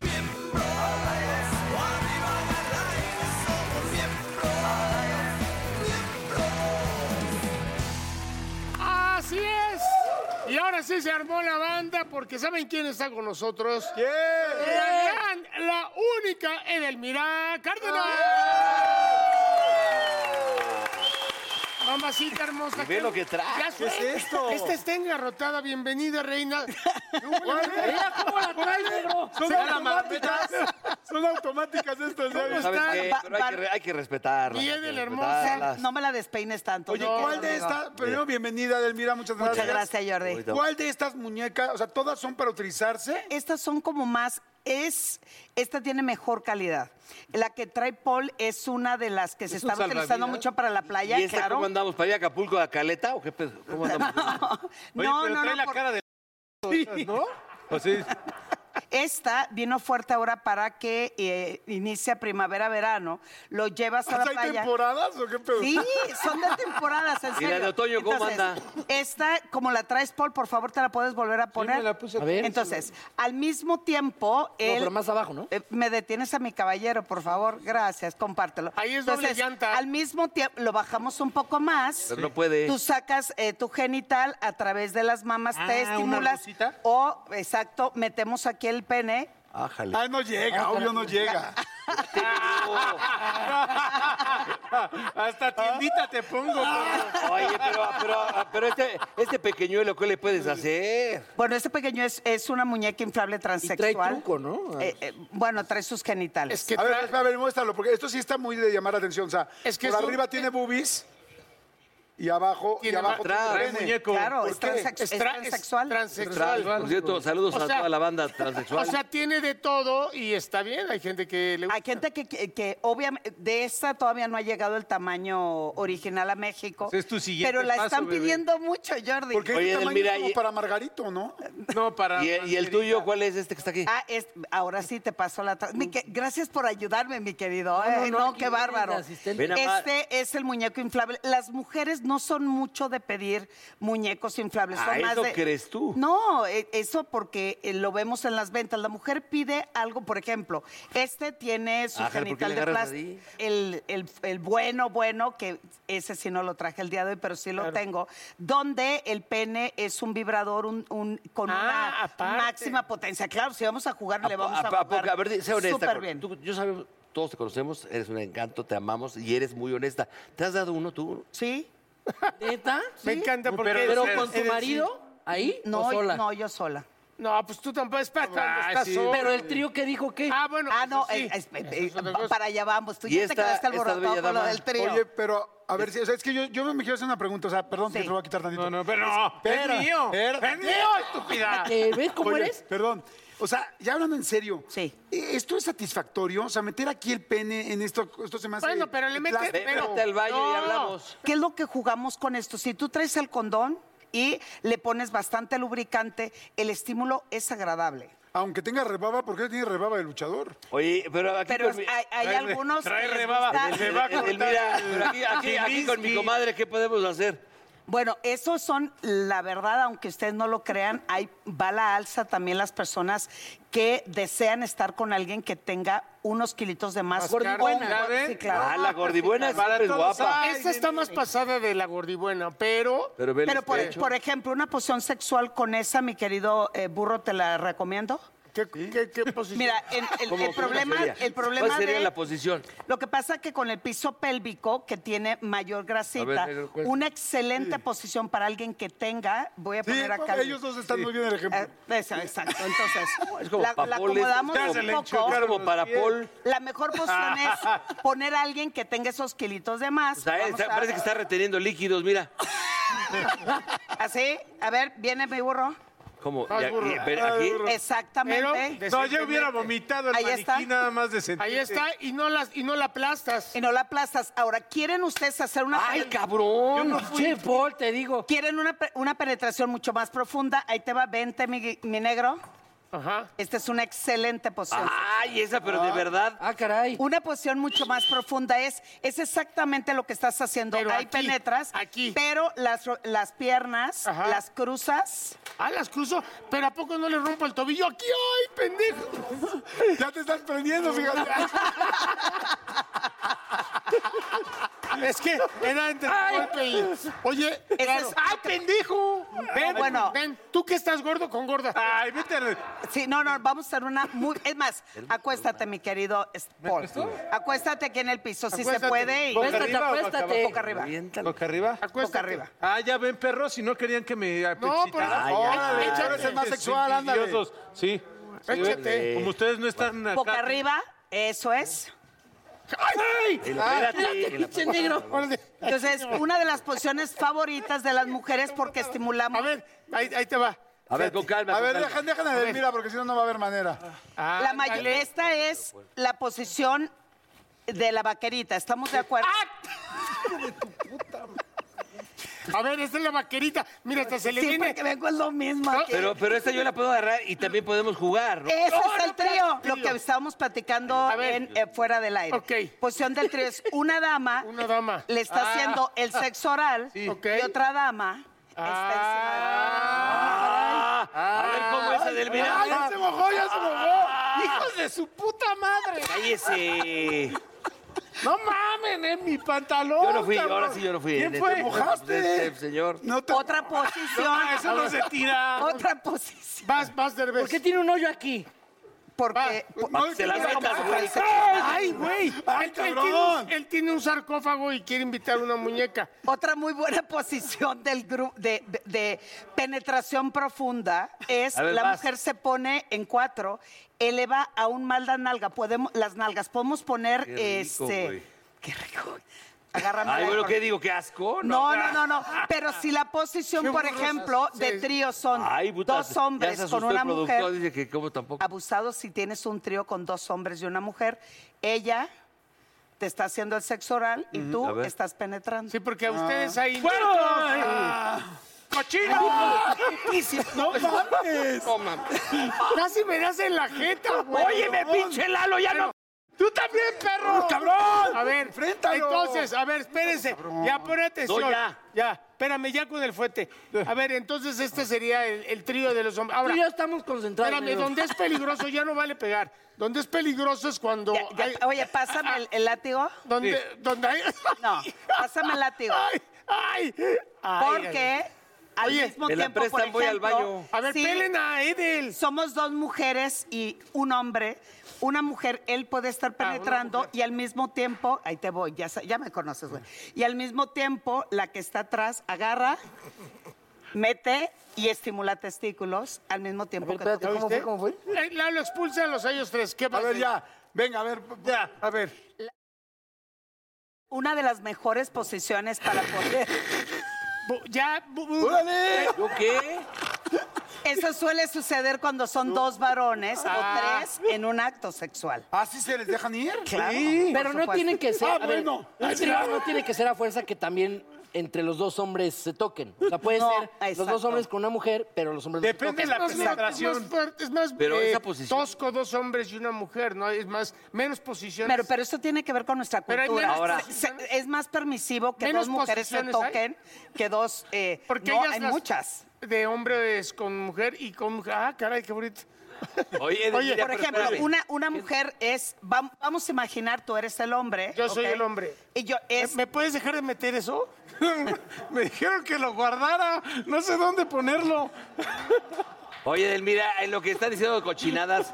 Speaker 1: miembros. Arriba y al aire somos miembros, miembros.
Speaker 5: Así es. Y ahora sí se armó la banda porque ¿saben quién está con nosotros?
Speaker 8: Eh.
Speaker 5: La gran, la única Edelmira Cárdenas.
Speaker 8: Ah.
Speaker 5: Mamacita hermosa.
Speaker 4: Y ve lo que trae.
Speaker 5: Ya
Speaker 4: ¿Qué
Speaker 5: su-
Speaker 6: es esto?
Speaker 5: Esta está engarrotada. Bienvenida,
Speaker 4: [LAUGHS]
Speaker 5: reina.
Speaker 3: Mira cómo la trae, negro.
Speaker 6: Son
Speaker 2: Sean
Speaker 6: automáticas. Son automáticas estas, ¿sabes?
Speaker 4: ¿Sabes
Speaker 8: está?
Speaker 4: qué?
Speaker 8: Va-
Speaker 4: Pero hay, que,
Speaker 8: va-
Speaker 4: re- hay que respetarlas.
Speaker 5: Bien,
Speaker 4: hay que
Speaker 5: el hermoso.
Speaker 4: respetarlas.
Speaker 8: No me la despeines tanto.
Speaker 6: Oye,
Speaker 8: Jordi,
Speaker 6: ¿cuál de
Speaker 8: amigo.
Speaker 6: estas? Primero, bienvenida, Delmira, muchas gracias.
Speaker 8: Muchas gracias, Jordi.
Speaker 4: Ahorita-
Speaker 6: ¿Cuál de estas muñecas, o sea, todas son para utilizarse?
Speaker 8: Estas son como más, es, eh, esta tiene mejor calidad. La que trae Paul es una de las que se
Speaker 2: ¿Es un
Speaker 8: estaba utilizando
Speaker 2: salvavidas?
Speaker 8: mucho para la playa,
Speaker 4: ¿Y esta
Speaker 8: claro. Ah,
Speaker 4: cómo andamos? ¿Para ir a Acapulco a Caleta o qué pedo? ¿Cómo andamos?
Speaker 2: Oye,
Speaker 8: no,
Speaker 2: pero
Speaker 8: no,
Speaker 2: trae
Speaker 8: no,
Speaker 2: la
Speaker 8: por-
Speaker 2: cara
Speaker 8: [LAUGHS]
Speaker 2: de... esas, ¿No? O sea,
Speaker 8: Esta vino fuerte ahora para que eh, inicia primavera-verano. Lo llevas a la
Speaker 6: ¿Hay
Speaker 8: playa.
Speaker 6: temporadas o qué pedo?
Speaker 8: Sí, son de temporadas, en
Speaker 4: ¿Y la
Speaker 8: serio.
Speaker 4: de otoño cómo anda?
Speaker 8: Esta, como la traes, Paul, por favor, te la puedes volver a poner.
Speaker 2: me la puse.
Speaker 3: A ver.
Speaker 8: Entonces, al mismo tiempo, él...
Speaker 3: pero más abajo, ¿no?
Speaker 8: Eh, me detienes a mi caballero, por favor. Gracias, compártelo.
Speaker 5: Ahí es doble llanta.
Speaker 8: Al mismo tiempo, lo bajamos un poco más.
Speaker 4: Pero no puede.
Speaker 8: Tú sacas eh, tu genital a través de las mamas,
Speaker 2: Ah,
Speaker 8: te
Speaker 2: ¿una
Speaker 8: estimulas.
Speaker 2: lucita?
Speaker 8: o, exacto, metemos aquí el pene.
Speaker 4: Ájale.
Speaker 6: Ay, Ah, no llega, obvio no llega.
Speaker 2: Hasta tiendita te pongo.
Speaker 4: Oye, pero, pero, pero este, este pequeñuelo, ¿qué le puedes hacer?
Speaker 8: Bueno, este pequeño es, es una muñeca inflable transexual.
Speaker 3: truco, ¿no?
Speaker 8: Eh, eh, bueno, trae sus genitales.
Speaker 5: Es que
Speaker 6: A ver,
Speaker 5: trae-
Speaker 6: a ver, muéstralo, porque esto sí está muy de llamar la atención. O sea,
Speaker 5: Es que
Speaker 6: por
Speaker 5: eso-
Speaker 6: arriba tiene boobies y abajo, y
Speaker 5: Tiene
Speaker 6: abajo
Speaker 4: atrás.
Speaker 6: tiene
Speaker 2: Trae
Speaker 6: pene.
Speaker 2: muñeco.
Speaker 8: claro,
Speaker 6: ¿por
Speaker 8: es,
Speaker 6: qué?
Speaker 8: transex-
Speaker 5: es tra-
Speaker 8: es
Speaker 5: es
Speaker 8: transexual.
Speaker 5: transexual.
Speaker 4: Por cierto, saludos
Speaker 5: O
Speaker 4: a
Speaker 5: sea-
Speaker 4: toda la banda transexual.
Speaker 5: O sea, tiene de todo y está bien. Hay gente que le gusta.
Speaker 8: Hay gente que, que, que obviamente, de esta todavía no ha llegado el tamaño original a México.
Speaker 2: Ese pues, es tu siguiente
Speaker 8: Pero la
Speaker 2: paso,
Speaker 8: están
Speaker 2: bebé.
Speaker 8: pidiendo mucho, Jordi.
Speaker 6: Porque
Speaker 4: Oye,
Speaker 6: este tamaño
Speaker 4: Edelmira,
Speaker 6: es como
Speaker 4: y-
Speaker 6: para Margarito, ¿no?
Speaker 2: No, para...
Speaker 4: ¿Y, el- y el tuyo cuál es este que está aquí?
Speaker 8: Ah, es- ahora sí te pasó la... tra- Mi que- gracias por ayudarme, mi querido. Eh, No,
Speaker 3: no, aquí
Speaker 8: qué
Speaker 3: viene
Speaker 8: bárbaro.
Speaker 3: la asistente.
Speaker 4: Ven a-
Speaker 8: Este es el muñeco inflable. Las mujeres no son mucho de pedir muñecos inflables.
Speaker 4: Ah,
Speaker 8: son más
Speaker 4: ¿eso
Speaker 8: de-
Speaker 4: crees tú?
Speaker 8: No, eh, eso porque eh, lo vemos en las ventas. La mujer pide algo, por ejemplo, este tiene su
Speaker 4: Ájale, ¿por qué
Speaker 8: genital
Speaker 4: le
Speaker 8: de
Speaker 4: agarras
Speaker 8: plástico.
Speaker 4: ahí?
Speaker 8: El, el- el bueno, bueno, que ese sí no lo traje el día de hoy, pero sí lo tengo, donde el pene es un vibrador un- un- con
Speaker 5: Ah,
Speaker 8: una
Speaker 5: aparte.
Speaker 8: máxima potencia. Claro, si vamos a jugar, le
Speaker 4: po-
Speaker 8: vamos a,
Speaker 4: po-
Speaker 8: jugar
Speaker 4: poco? A ver, di- sé honesta.
Speaker 8: súper
Speaker 4: Cor-
Speaker 8: bien.
Speaker 4: tú- yo sabemos, todos te conocemos, eres un encanto, te amamos y eres muy honesta. ¿Te has dado uno tú?
Speaker 8: ¿Sí?
Speaker 3: ¿Neta?
Speaker 5: Me encanta porque.
Speaker 3: Pero
Speaker 5: es-
Speaker 3: con
Speaker 5: es
Speaker 3: tu
Speaker 5: decir,
Speaker 3: marido, ahí,
Speaker 8: No,
Speaker 3: o sola.
Speaker 8: no, yo sola.
Speaker 5: No, pues tú tampoco es para cuando
Speaker 2: Ah,
Speaker 5: estás
Speaker 2: sí.
Speaker 5: solo.
Speaker 3: Pero el trío que dijo, ¿qué?
Speaker 5: Ah, bueno.
Speaker 8: ah,
Speaker 5: eso
Speaker 8: no,
Speaker 5: sí.
Speaker 8: eh, eh, eh,
Speaker 5: Eso es otra
Speaker 8: eh,
Speaker 5: cosa.
Speaker 8: para allá vamos. Tú
Speaker 4: Y
Speaker 8: ya te
Speaker 4: esta-
Speaker 8: quedaste
Speaker 4: esta
Speaker 8: alborotado con
Speaker 4: bella
Speaker 8: lo
Speaker 4: dama.
Speaker 8: del trío.
Speaker 6: Oye, pero, a ver, si- o sea, es que yo, yo me quiero hacer una pregunta. O sea, perdón, que
Speaker 8: Sí.
Speaker 6: te lo voy a quitar tantito.
Speaker 2: No, no, pero no.
Speaker 6: Espera,
Speaker 2: es mío.
Speaker 6: espera.
Speaker 2: Es mío,
Speaker 8: [LAUGHS]
Speaker 2: estúpida.
Speaker 3: Eh, ¿Ves cómo
Speaker 6: Oye,
Speaker 3: eres?
Speaker 6: Perdón. O sea, ya hablando en serio.
Speaker 8: Sí.
Speaker 6: ¿e- ¿Esto es satisfactorio? O sea, meter aquí el pene en esto, esto se me hace...
Speaker 5: Bueno, pero le metes-
Speaker 4: Ve-
Speaker 6: plástico.
Speaker 5: pero-
Speaker 4: Vete al baño y
Speaker 5: no.
Speaker 4: hablamos.
Speaker 8: ¿Qué es lo que jugamos con esto? Si tú traes el condón y le pones bastante lubricante, el estímulo es agradable.
Speaker 6: Aunque tenga rebaba, ¿por qué tiene rebaba de luchador?
Speaker 4: Oye, pero aquí
Speaker 8: Pero
Speaker 4: con mi- Ah,
Speaker 8: hay, hay
Speaker 2: Trae re-
Speaker 8: algunos. que
Speaker 2: trae
Speaker 8: les
Speaker 2: rebaba.
Speaker 8: gusta-
Speaker 2: Le va a cortar
Speaker 4: Elvira,
Speaker 2: el-
Speaker 4: pero aquí, aquí- aquí con mi
Speaker 2: Jibinsky.
Speaker 4: comadre, ¿qué podemos hacer?
Speaker 8: Bueno, esos son, la verdad, aunque ustedes no lo crean, hay, va a la alza también las personas que desean estar con alguien que tenga unos kilitos de más.
Speaker 5: Más
Speaker 8: gordo.
Speaker 5: carne,
Speaker 8: Bueno,
Speaker 5: ¿ya ven?
Speaker 8: Sí, claro.
Speaker 4: ah, la gordibuena siempre es
Speaker 2: todos
Speaker 4: guapa.
Speaker 2: hay.
Speaker 5: Esta está más pasada de la gordibuena, pero.
Speaker 4: Pero, ve el
Speaker 8: Pero, por,
Speaker 4: espejo.
Speaker 8: por ejemplo, una posición sexual con esa, mi querido eh, burro, te la recomiendo.
Speaker 5: ¿Qué, qué, qué posición?
Speaker 8: Mira, el, el-
Speaker 4: ¿Cómo-
Speaker 8: el
Speaker 4: cómo
Speaker 8: problema,
Speaker 4: sería?
Speaker 8: el problema
Speaker 4: ¿Cuál sería
Speaker 8: de-
Speaker 4: la posición?
Speaker 8: Lo que pasa que con el piso pélvico, que tiene mayor grasita,
Speaker 4: A ver, negro, ¿cuál?
Speaker 8: una excelente posición para alguien que tenga, voy a
Speaker 6: Sí,
Speaker 8: poner acá. el-
Speaker 6: ellos dos están muy bien el ejemplo.
Speaker 8: Eh, esa- exacto,
Speaker 2: [LAUGHS]
Speaker 8: entonces
Speaker 4: Es como
Speaker 8: la, la
Speaker 4: para Paul. es-
Speaker 8: acomodamos
Speaker 4: es
Speaker 8: un
Speaker 4: como-
Speaker 8: poco.
Speaker 4: Es como para Paul.
Speaker 8: La mejor posición es poner a alguien que tenga esos kilitos de más.
Speaker 4: O sea, él
Speaker 8: Vamos
Speaker 4: está-
Speaker 8: a-
Speaker 4: parece que está reteniendo líquidos, mira.
Speaker 8: Así, a ver, viene mi burro.
Speaker 4: ¿Cómo?
Speaker 5: Más
Speaker 4: Ya-
Speaker 5: burro.
Speaker 4: ya- pero aquí,
Speaker 5: Pero
Speaker 8: Exactamente.
Speaker 2: No, yo hubiera
Speaker 5: decentemente.
Speaker 2: vomitado el
Speaker 8: Ahí
Speaker 2: maniquí
Speaker 8: está.
Speaker 2: nada más de sentir.
Speaker 5: Ahí está, y no, las, y no la aplastas.
Speaker 8: Y no la aplastas. Ahora, ¿quieren ustedes hacer una
Speaker 4: ¡Ay,
Speaker 8: penetración?
Speaker 3: Yo
Speaker 4: cabrón!
Speaker 3: no fui. Che, Paul, te digo.
Speaker 8: ¿Quieren una, pe- una penetración mucho más profunda? Ahí te va, vente, mi, mi negro.
Speaker 5: Ajá.
Speaker 8: Esta es una excelente posición.
Speaker 7: Ah.
Speaker 4: ¡Ay, esa, pero de verdad!
Speaker 3: Ah, caray.
Speaker 8: Una posición mucho más profunda es, es exactamente lo que estás haciendo.
Speaker 5: Pero
Speaker 8: Ahí
Speaker 5: aquí,
Speaker 8: penetras,
Speaker 5: aquí.
Speaker 8: pero las, ro- las piernas
Speaker 5: Ajá.
Speaker 8: las cruzas.
Speaker 5: Ah, las cruzo, pero ¿a poco no le rompo el tobillo aquí? ¡Ay, pendejo!
Speaker 6: [LAUGHS] Ya te estás prendiendo, fíjate.
Speaker 5: [LAUGHS] Es que era entre el golpe y. Oye,
Speaker 8: Ese
Speaker 5: claro.
Speaker 8: es-
Speaker 5: ¡ay, pendejo! Ven,
Speaker 8: Bueno.
Speaker 5: ven, tú que estás gordo con gorda.
Speaker 2: Ay, vete. al-
Speaker 8: Sí, no, no, vamos a hacer una muy... Es
Speaker 4: [LAUGHS]
Speaker 8: más, acuéstate, mi querido es- Paul. Acuéstate aquí en el piso, si se
Speaker 5: Acuéstate.
Speaker 8: puede. y-
Speaker 5: Boca
Speaker 3: Acuéstate,
Speaker 5: arriba o boca
Speaker 3: acuéstate.
Speaker 5: abajo?
Speaker 8: Boca arriba.
Speaker 6: ¿Boca arriba?
Speaker 8: Boca
Speaker 5: Acuéstate.
Speaker 8: arriba.
Speaker 2: Ah, ya ven, perros, si no querían que me
Speaker 5: No, por eso.
Speaker 2: apexitara.
Speaker 6: Órale,
Speaker 5: Échate.
Speaker 6: ahora es más sexual, ándale.
Speaker 2: Envidiosos. Sí. Sí,
Speaker 5: Échate.
Speaker 2: Como ustedes no están acá.
Speaker 8: Boca arriba, eso es.
Speaker 5: ¡Ay!
Speaker 3: Pinche negro.
Speaker 5: Órale.
Speaker 8: Entonces, una de las posiciones favoritas de las mujeres porque estimulamos
Speaker 5: A ver, ahí, ahí te va.
Speaker 4: A ver, con calma.
Speaker 6: A
Speaker 4: con
Speaker 6: ver,
Speaker 4: calma.
Speaker 6: dejan, dejan de mira, porque si no, no va a haber manera.
Speaker 8: la mayor. Esta es la posición de la vaquerita, ¿estamos de acuerdo?
Speaker 5: A ver, esta es la vaquerita. Mira, hasta se le
Speaker 8: Siempre
Speaker 5: viene.
Speaker 8: que vengo es lo mismo. aquí.
Speaker 4: Pero, pero esta yo la puedo agarrar y también podemos jugar, ¿no?
Speaker 8: Ese
Speaker 5: No,
Speaker 8: es el
Speaker 5: no, pero-
Speaker 8: trío,
Speaker 5: trío.
Speaker 8: lo que estábamos platicando
Speaker 5: ver.
Speaker 8: en, eh, fuera del aire.
Speaker 5: Ok.
Speaker 8: Posición del trío es una dama,
Speaker 5: Una dama. Ah.
Speaker 8: le está haciendo el sexo oral
Speaker 5: Ok.
Speaker 8: y otra dama está encima de la otra.
Speaker 5: Ah.
Speaker 4: A ver cómo es Edelmira.
Speaker 5: ¡Ay, ya se mojó, ya se mojó! ¡Hijos de su puta madre!
Speaker 4: Cállese.
Speaker 5: ¡No mamen, en mi pantalón!
Speaker 4: Yo no fui,
Speaker 5: Oh, cabrón!
Speaker 4: ahora sí yo no fui.
Speaker 5: ¿Quién
Speaker 4: Este,
Speaker 5: fue?
Speaker 4: este, este, señor.
Speaker 6: No te...
Speaker 8: Otra posición,
Speaker 5: Ah,
Speaker 2: Eso no se tira.
Speaker 8: otra posición.
Speaker 5: Vas, vas, Derbez.
Speaker 3: ¿Por qué tiene un hoyo aquí?
Speaker 8: Porque po-
Speaker 4: Para que se la metas, güey.
Speaker 2: ¡Ah!
Speaker 5: ¡Ay, güey! Él- él tiene un-
Speaker 6: cabrón!
Speaker 5: Él tiene un sarcófago y quiere invitar una muñeca.
Speaker 8: otra muy buena posición del grupo de, de- de penetración profunda es
Speaker 4: A ver,
Speaker 8: la
Speaker 4: vas.
Speaker 8: mujer se pone en cuatro, eleva aún más la nalga, podemos las nalgas podemos poner
Speaker 4: Qué rico,
Speaker 8: este
Speaker 4: güey.
Speaker 8: qué rico. Agárrame.
Speaker 4: Ay,
Speaker 8: la-
Speaker 4: bueno, ¿qué digo? ¿Qué asco?
Speaker 8: No, no, no, no. Pero si la posición, por ejemplo, de trío son
Speaker 4: Ay, puta,
Speaker 8: dos
Speaker 4: ya
Speaker 8: hombres
Speaker 4: se asustó
Speaker 8: con una
Speaker 4: el productor,
Speaker 8: mujer.
Speaker 4: Dice que cómo tampoco.
Speaker 8: Abusado si tienes un trío con dos hombres y una mujer. Ella te está haciendo el sexo oral y
Speaker 4: a
Speaker 8: tú
Speaker 4: ver.
Speaker 8: estás penetrando.
Speaker 5: Sí, porque a ustedes ahí...
Speaker 2: Ah,
Speaker 6: ¡No mames!
Speaker 5: ¡Casi me das en la jeta, güey!
Speaker 4: ¡Óyeme, pinche Lalo, ya no!
Speaker 5: ¡Tú también, perro!
Speaker 6: ¡Cabrón!
Speaker 5: A ver,
Speaker 6: Enfréntalo.
Speaker 5: entonces, a ver, espérense. Ya, pon atención.
Speaker 4: No, ya.
Speaker 5: Ya, espérame, ya con el fuete. A ver, entonces este sería el, el trío de los hombres.
Speaker 3: Tú
Speaker 5: Ahora,
Speaker 3: y yo estamos concentrados.
Speaker 5: espérame,
Speaker 3: negro.
Speaker 5: donde es peligroso ya no vale pegar. Donde es peligroso es cuando...
Speaker 8: Ya- ya-
Speaker 5: hay-
Speaker 8: oye, pásame el, el látigo.
Speaker 5: donde, donde hay...
Speaker 8: No, pásame el látigo.
Speaker 5: ¡Ay! ¡Ay! ay.
Speaker 8: Porque ¿eh? al
Speaker 5: Oye,
Speaker 8: mismo
Speaker 4: me la
Speaker 8: tiempo, por
Speaker 4: prestan, voy al
Speaker 8: ejemplo,
Speaker 4: baño.
Speaker 5: A ver,
Speaker 8: sí,
Speaker 5: pelen a Edel.
Speaker 8: somos dos mujeres y un hombre. Una mujer, él puede
Speaker 4: Ah,
Speaker 8: estar penetrando y al mismo tiempo, ahí te voy, ya, sa- ya me conoces, güey. Y al mismo tiempo, la que está atrás agarra, mete y estimula testículos al mismo
Speaker 3: A
Speaker 8: tiempo
Speaker 3: ver,
Speaker 8: que
Speaker 3: espérate,
Speaker 8: tú.
Speaker 3: ¿cómo fue? ¿Cómo fue?
Speaker 5: Eh, Lalo, expulsa a los ellos tres. ¿Qué
Speaker 6: A
Speaker 5: pasa?
Speaker 6: ver, ya. Venga, a ver. Ya. A ver.
Speaker 8: Una de las mejores posiciones para
Speaker 6: [LAUGHS]
Speaker 8: poder.
Speaker 5: Bu- Ya, bu- bu-
Speaker 6: ¡Órale!
Speaker 4: ¿Yo qué?
Speaker 8: Eso suele suceder cuando son dos varones o tres en un acto sexual.
Speaker 6: ¿Así Ah. se les dejan ir?
Speaker 8: Claro. por
Speaker 3: Pero no
Speaker 8: supuesto.
Speaker 3: tiene que ser.
Speaker 6: Ah,
Speaker 3: a ver,
Speaker 6: bueno.
Speaker 3: un trío no tiene que ser a fuerza que también entre los dos hombres se toquen. O sea, puede
Speaker 8: No,
Speaker 3: ser los dos
Speaker 8: exacto.
Speaker 3: hombres con una mujer, pero los hombres no se
Speaker 2: Depende de
Speaker 3: toquen.
Speaker 2: la
Speaker 5: Es más,
Speaker 2: penetración.
Speaker 5: es más fuerte, es más
Speaker 4: Pero
Speaker 5: eh,
Speaker 4: esa posición-
Speaker 5: tosco dos hombres y una mujer, ¿no? Es más, menos posiciones.
Speaker 8: Pero, pero eso tiene que ver con nuestra
Speaker 5: Pero hay
Speaker 8: cultura.
Speaker 5: menos
Speaker 8: Ahora,
Speaker 5: posiciones.
Speaker 8: se- es más permisivo que
Speaker 5: Menos
Speaker 8: dos mujeres se
Speaker 5: posiciones hay.
Speaker 8: toquen que dos. eh,
Speaker 5: Porque
Speaker 8: no,
Speaker 5: ellas
Speaker 8: hay
Speaker 5: las-
Speaker 8: muchas.
Speaker 5: De hombres con mujer y con mujer. Ah, caray, qué bonito.
Speaker 4: Oye, Edelmira,
Speaker 5: Oye,
Speaker 8: Por
Speaker 4: pero
Speaker 8: ejemplo,
Speaker 4: espérame.
Speaker 8: una, una mujer es. vam- Vamos a imaginar, tú eres el hombre.
Speaker 5: Yo soy
Speaker 8: ¿ok?
Speaker 5: el hombre.
Speaker 8: Y yo es.
Speaker 5: ¿Me puedes dejar de meter eso?
Speaker 2: [LAUGHS] Me dijeron que lo guardara. No sé dónde ponerlo.
Speaker 4: Oye, Edelmira, en lo que están diciendo de cochinadas,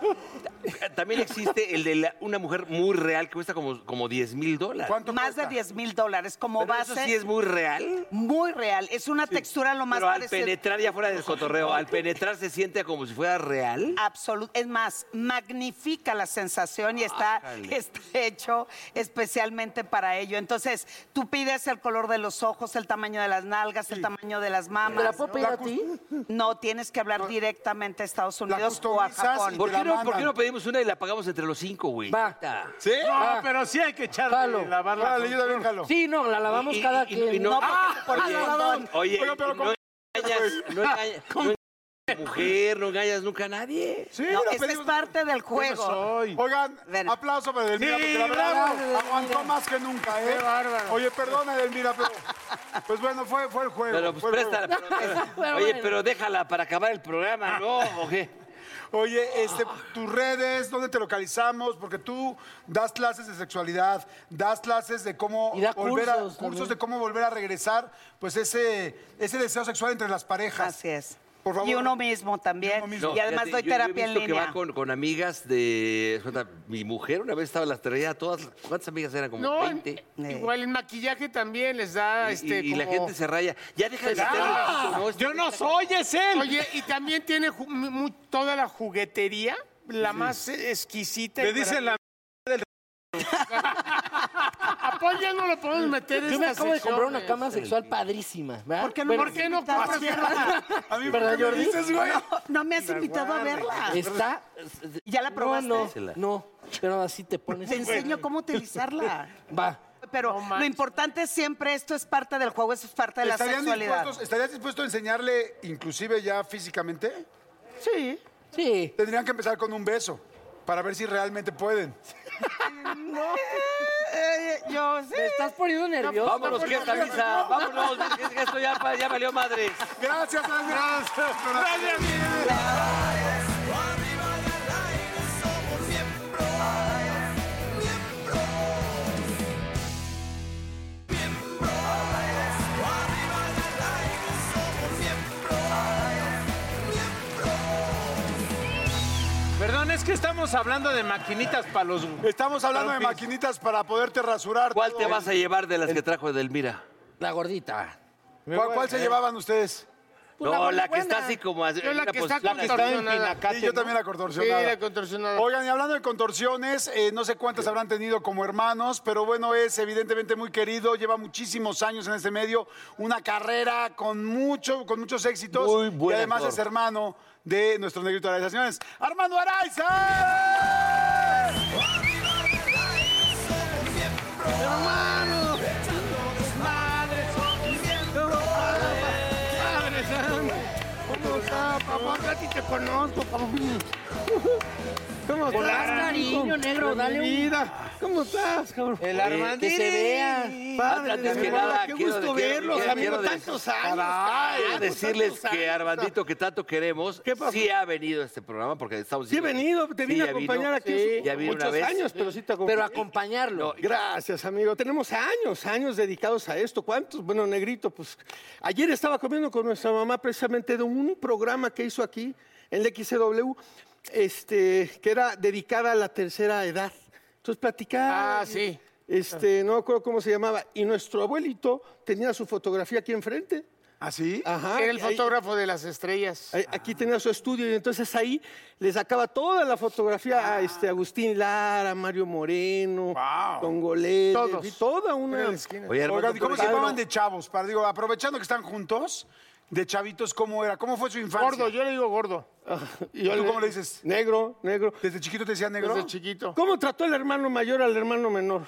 Speaker 4: también existe el de la- una mujer muy real que cuesta como, como 10 mil dólares.
Speaker 6: ¿Cuánto
Speaker 8: Más de
Speaker 6: cuesta?
Speaker 8: 10 mil dólares como
Speaker 4: Pero
Speaker 8: base.
Speaker 4: Eso sí es muy real.
Speaker 8: Muy real. Es una textura lo más
Speaker 4: Pero al
Speaker 8: parecida-
Speaker 4: penetrar, ya fuera del cotorreo, al penetrar se siente como si fuera
Speaker 8: Ah,
Speaker 4: real.
Speaker 8: Absolut- es más, magnifica la sensación y está,
Speaker 4: Ájale.
Speaker 8: está hecho especialmente para ello. Entonces, tú pides el color de los ojos, el tamaño de las nalgas, el tamaño de las mamas.
Speaker 3: ¿Te la puedo pedir a ti?
Speaker 8: No, tienes que hablar directamente a Estados Unidos o a
Speaker 6: customizas y
Speaker 8: Japón.
Speaker 4: ¿Por
Speaker 6: la
Speaker 4: qué, no, por
Speaker 6: mandan.
Speaker 4: qué no pedimos una y la pagamos entre los cinco, güey?
Speaker 3: Va.
Speaker 4: Ah.
Speaker 6: ¿Sí?
Speaker 2: No, pero sí hay que echarle
Speaker 3: Jalo.
Speaker 2: lavar la
Speaker 6: Órale, yo también jalo.
Speaker 3: Sí, no, la lavamos
Speaker 4: Y-
Speaker 3: cada
Speaker 4: y-
Speaker 3: quien.
Speaker 4: y no-
Speaker 8: Ah, porque
Speaker 4: oye,
Speaker 8: no, no, no.
Speaker 4: oye,
Speaker 6: Bueno, pero
Speaker 4: no engañas, no engañas, no engañas a mujer, no engañas nunca a nadie.
Speaker 6: Sí,
Speaker 8: No,
Speaker 6: la
Speaker 8: esa es
Speaker 6: pedimos.
Speaker 8: parte del juego.
Speaker 2: soy.
Speaker 6: Oigan,
Speaker 8: Ven.
Speaker 6: aplauso para Edelmira,
Speaker 2: Sí,
Speaker 6: porque la verdad
Speaker 2: bravo,
Speaker 6: aguantó más que nunca, ¿eh?
Speaker 5: Qué bárbaro.
Speaker 6: Oye, perdona, Edelmira, pero. Pues bueno, fue, fue el juego.
Speaker 4: Pero
Speaker 8: [LAUGHS]
Speaker 4: pues
Speaker 6: fue el juego.
Speaker 4: préstala. pero- oye, pero déjala para acabar el programa, ¿no? ¿O qué?
Speaker 6: Oye, este, tus redes, ¿dónde te localizamos? Porque tú das clases de sexualidad, das clases de cómo
Speaker 3: Y da
Speaker 6: volver a-
Speaker 3: cursos también.
Speaker 6: cursos de cómo volver a regresar, pues ese, ese deseo sexual entre las parejas.
Speaker 8: Así es.
Speaker 6: Por favor.
Speaker 8: Y uno mismo también. Y,
Speaker 4: No,
Speaker 8: además doy
Speaker 4: fíjate, yo- yo he
Speaker 8: terapia en
Speaker 4: visto que
Speaker 8: línea.
Speaker 4: va con, con amigas de. cuenta, mi mujer una vez estaba en las traía todas. ¿Cuántas amigas eran? Como
Speaker 5: No, en-
Speaker 4: 20.
Speaker 5: igual en maquillaje también les da
Speaker 4: Y-
Speaker 5: este.
Speaker 4: y, y la
Speaker 5: como-
Speaker 4: gente se raya. Ya deja de
Speaker 5: Ya.
Speaker 4: meterle-
Speaker 2: Yo no soy, es él.
Speaker 5: Oye, y también tiene ju- mu- mu- toda la juguetería, la más exquisita.
Speaker 2: Le
Speaker 5: y
Speaker 2: dicen la
Speaker 5: ¿A Paul ya no lo podemos meter en
Speaker 3: Yo me
Speaker 5: estas
Speaker 3: acabo de comprar una
Speaker 5: secciones?
Speaker 3: cama sexual padrísima, ¿verdad?
Speaker 8: ¿Por qué no,
Speaker 3: Bueno,
Speaker 5: ¿Por qué no
Speaker 8: Así
Speaker 5: compras
Speaker 8: es.
Speaker 5: una?
Speaker 8: [LAUGHS]
Speaker 6: A mí, ¿por
Speaker 3: ¿Verdad,
Speaker 6: qué me
Speaker 3: Jordi?
Speaker 6: dices, güey?
Speaker 8: No me has invitado a verla.
Speaker 3: Está.
Speaker 8: [LAUGHS] ¿Ya la probaste?
Speaker 3: No, no, no, pero así te pones.
Speaker 8: Te enseño cómo utilizarla.
Speaker 3: Va.
Speaker 8: Pero lo importante siempre, esto es parte del juego, esto es parte de la
Speaker 6: ¿Estarían
Speaker 8: sexualidad.
Speaker 6: dispuestos- ¿Estarías dispuesto a enseñarle, inclusive ya físicamente?
Speaker 8: Sí.
Speaker 3: Sí.
Speaker 6: Tendrían que empezar con un beso para ver si realmente pueden.
Speaker 8: Eh, yo sí.
Speaker 3: Te estás poniendo nervioso.
Speaker 4: Vámonos, que esta misa. Vámonos, es que esto ya, pa- ya valió madres.
Speaker 6: Gracias, gracias. Gracias,
Speaker 2: Perdón, es que estamos hablando de maquinitas para los.
Speaker 6: Estamos hablando de
Speaker 2: Pero,
Speaker 6: maquinitas para poderte rasurar.
Speaker 4: ¿Cuál te vas a llevar de las que trajo Edelmira?
Speaker 3: La gordita.
Speaker 6: ¿Cuál, cuál
Speaker 4: Eh.
Speaker 6: se llevaban ustedes?
Speaker 3: Pues la
Speaker 4: no, la que está
Speaker 3: buena.
Speaker 4: así como. así, pues,
Speaker 5: Yo la
Speaker 4: una
Speaker 5: que está
Speaker 4: postura-
Speaker 5: contorsionada.
Speaker 6: Y yo también la
Speaker 5: Sí,
Speaker 6: contorsionaba.
Speaker 5: la contorsionada.
Speaker 6: Oigan, y hablando de contorsiones, eh, no sé cuántas habrán tenido como hermanos, pero bueno, es evidentemente muy querido, lleva muchísimos años en este medio, una carrera con mucho, con muchos éxitos.
Speaker 4: Muy buen
Speaker 6: y además
Speaker 4: actor.
Speaker 6: es hermano de nuestro negrito Araiza. Señores, ¡Armando Araiza!
Speaker 5: Padre santo. ¿Cómo está, papá? Casi te conozco, papá. ¿Cómo estás?
Speaker 3: das cariño,
Speaker 5: hijo?
Speaker 3: negro, dale un-
Speaker 5: Vida. ¿Cómo estás, cabrón?
Speaker 2: Eh,
Speaker 3: El
Speaker 4: Eh,
Speaker 3: Armandini. Que se vea.
Speaker 5: Padre,
Speaker 4: Antes
Speaker 5: de
Speaker 4: que
Speaker 5: verdad,
Speaker 4: nada,
Speaker 5: qué
Speaker 4: quiero-
Speaker 5: gusto
Speaker 4: quiero-
Speaker 5: verlos,
Speaker 4: quiero-
Speaker 5: amigo,
Speaker 4: quiero decir-
Speaker 5: tantos años.
Speaker 4: Caray,
Speaker 5: carajo,
Speaker 4: decirles
Speaker 5: tantos
Speaker 4: que
Speaker 5: años.
Speaker 4: Armandito, que tanto queremos, sí ha venido a este programa porque estamos...
Speaker 9: Sí he venido, te vine
Speaker 4: Sí,
Speaker 9: a
Speaker 4: ya vino.
Speaker 9: acompañar aquí
Speaker 4: Sí,
Speaker 9: hace
Speaker 4: ya vino una
Speaker 9: muchos
Speaker 4: vez.
Speaker 9: años, pero sí te acompañé.
Speaker 3: Pero acompañarlo.
Speaker 9: Gracias, amigo. Tenemos años, años dedicados a esto. ¿Cuántos? Bueno, negrito, pues ayer estaba comiendo con nuestra mamá precisamente de un programa que hizo aquí, en el XW, este, que era dedicada a la tercera edad. Entonces platicaba.
Speaker 5: Ah, sí.
Speaker 9: Este, no me acuerdo cómo se llamaba. Y nuestro abuelito tenía su fotografía aquí enfrente.
Speaker 6: ¿Ah, sí?
Speaker 9: Ajá.
Speaker 5: Era el
Speaker 9: y ahí-
Speaker 5: fotógrafo de las estrellas.
Speaker 9: Ahí- Aquí tenía su estudio y entonces ahí le sacaba toda la fotografía a este Agustín Lara, Mario Moreno,
Speaker 6: Wow.
Speaker 9: Congolés,
Speaker 5: Todos.
Speaker 9: y toda una. [LAUGHS]
Speaker 4: Oye, Armando,
Speaker 6: Oigan, ¿y ¿cómo se
Speaker 4: pero-
Speaker 6: llamaban de chavos? Para, digo, aprovechando que están juntos, de chavitos, ¿cómo era? ¿Cómo fue su infancia?
Speaker 5: Gordo, yo le digo gordo.
Speaker 9: Y yo
Speaker 6: ¿Tú
Speaker 9: le-
Speaker 6: cómo le dices?
Speaker 9: Negro, negro.
Speaker 6: ¿Desde chiquito te decían negro?
Speaker 5: Desde chiquito.
Speaker 9: ¿Cómo trató el hermano mayor al hermano menor?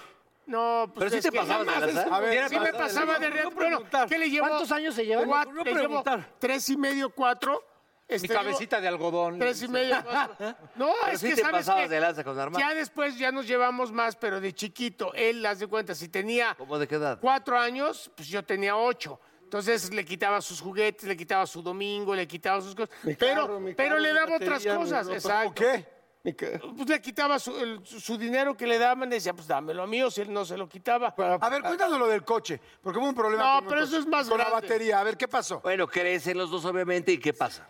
Speaker 5: No, pues
Speaker 4: Pero sí
Speaker 5: es
Speaker 4: te
Speaker 5: que-
Speaker 4: pasabas de lanzar.
Speaker 6: A ver,
Speaker 5: Sí me pasaba de real. Bueno,
Speaker 9: preguntar.
Speaker 5: ¿qué le llevo?
Speaker 3: ¿Cuántos años se llevan?
Speaker 5: Cuatro,
Speaker 9: Me
Speaker 5: le
Speaker 9: ocurrió
Speaker 5: llevo
Speaker 9: preguntar.
Speaker 5: tres y medio, cuatro.
Speaker 2: Mi
Speaker 5: Este, digo,
Speaker 2: cabecita de algodón.
Speaker 5: Tres y medio, cuatro. No, es
Speaker 4: sí
Speaker 5: que
Speaker 4: te
Speaker 5: sabes
Speaker 4: pasabas
Speaker 5: qué?
Speaker 4: de lanza con Armando.
Speaker 5: Ya después ya nos llevamos más, pero de chiquito, él, las de cuenta, si tenía
Speaker 4: ¿Cómo de qué edad?
Speaker 5: cuatro años, pues yo tenía ocho. Entonces le quitaba sus juguetes, le quitaba su domingo, le quitaba sus cosas.
Speaker 9: Mi
Speaker 5: pero
Speaker 9: carro, mi
Speaker 5: pero
Speaker 9: carro,
Speaker 5: le
Speaker 9: mi
Speaker 5: daba
Speaker 9: batería,
Speaker 5: otras
Speaker 9: mi
Speaker 5: cosas.
Speaker 9: ropa.
Speaker 5: Exacto.
Speaker 6: ¿Qué?
Speaker 9: Mi ca-
Speaker 5: Pues le quitaba su, el- su- su dinero que le daban, decía, pues dámelo a mí, o si él no se lo quitaba.
Speaker 6: A ver, cuéntanos lo del coche, porque hubo un problema
Speaker 5: No,
Speaker 6: con un
Speaker 5: pero
Speaker 6: coche,
Speaker 5: eso es más
Speaker 6: Con la
Speaker 5: grande.
Speaker 6: batería, a ver, ¿qué pasó?
Speaker 4: Bueno, crecen los dos, obviamente, ¿y qué pasa?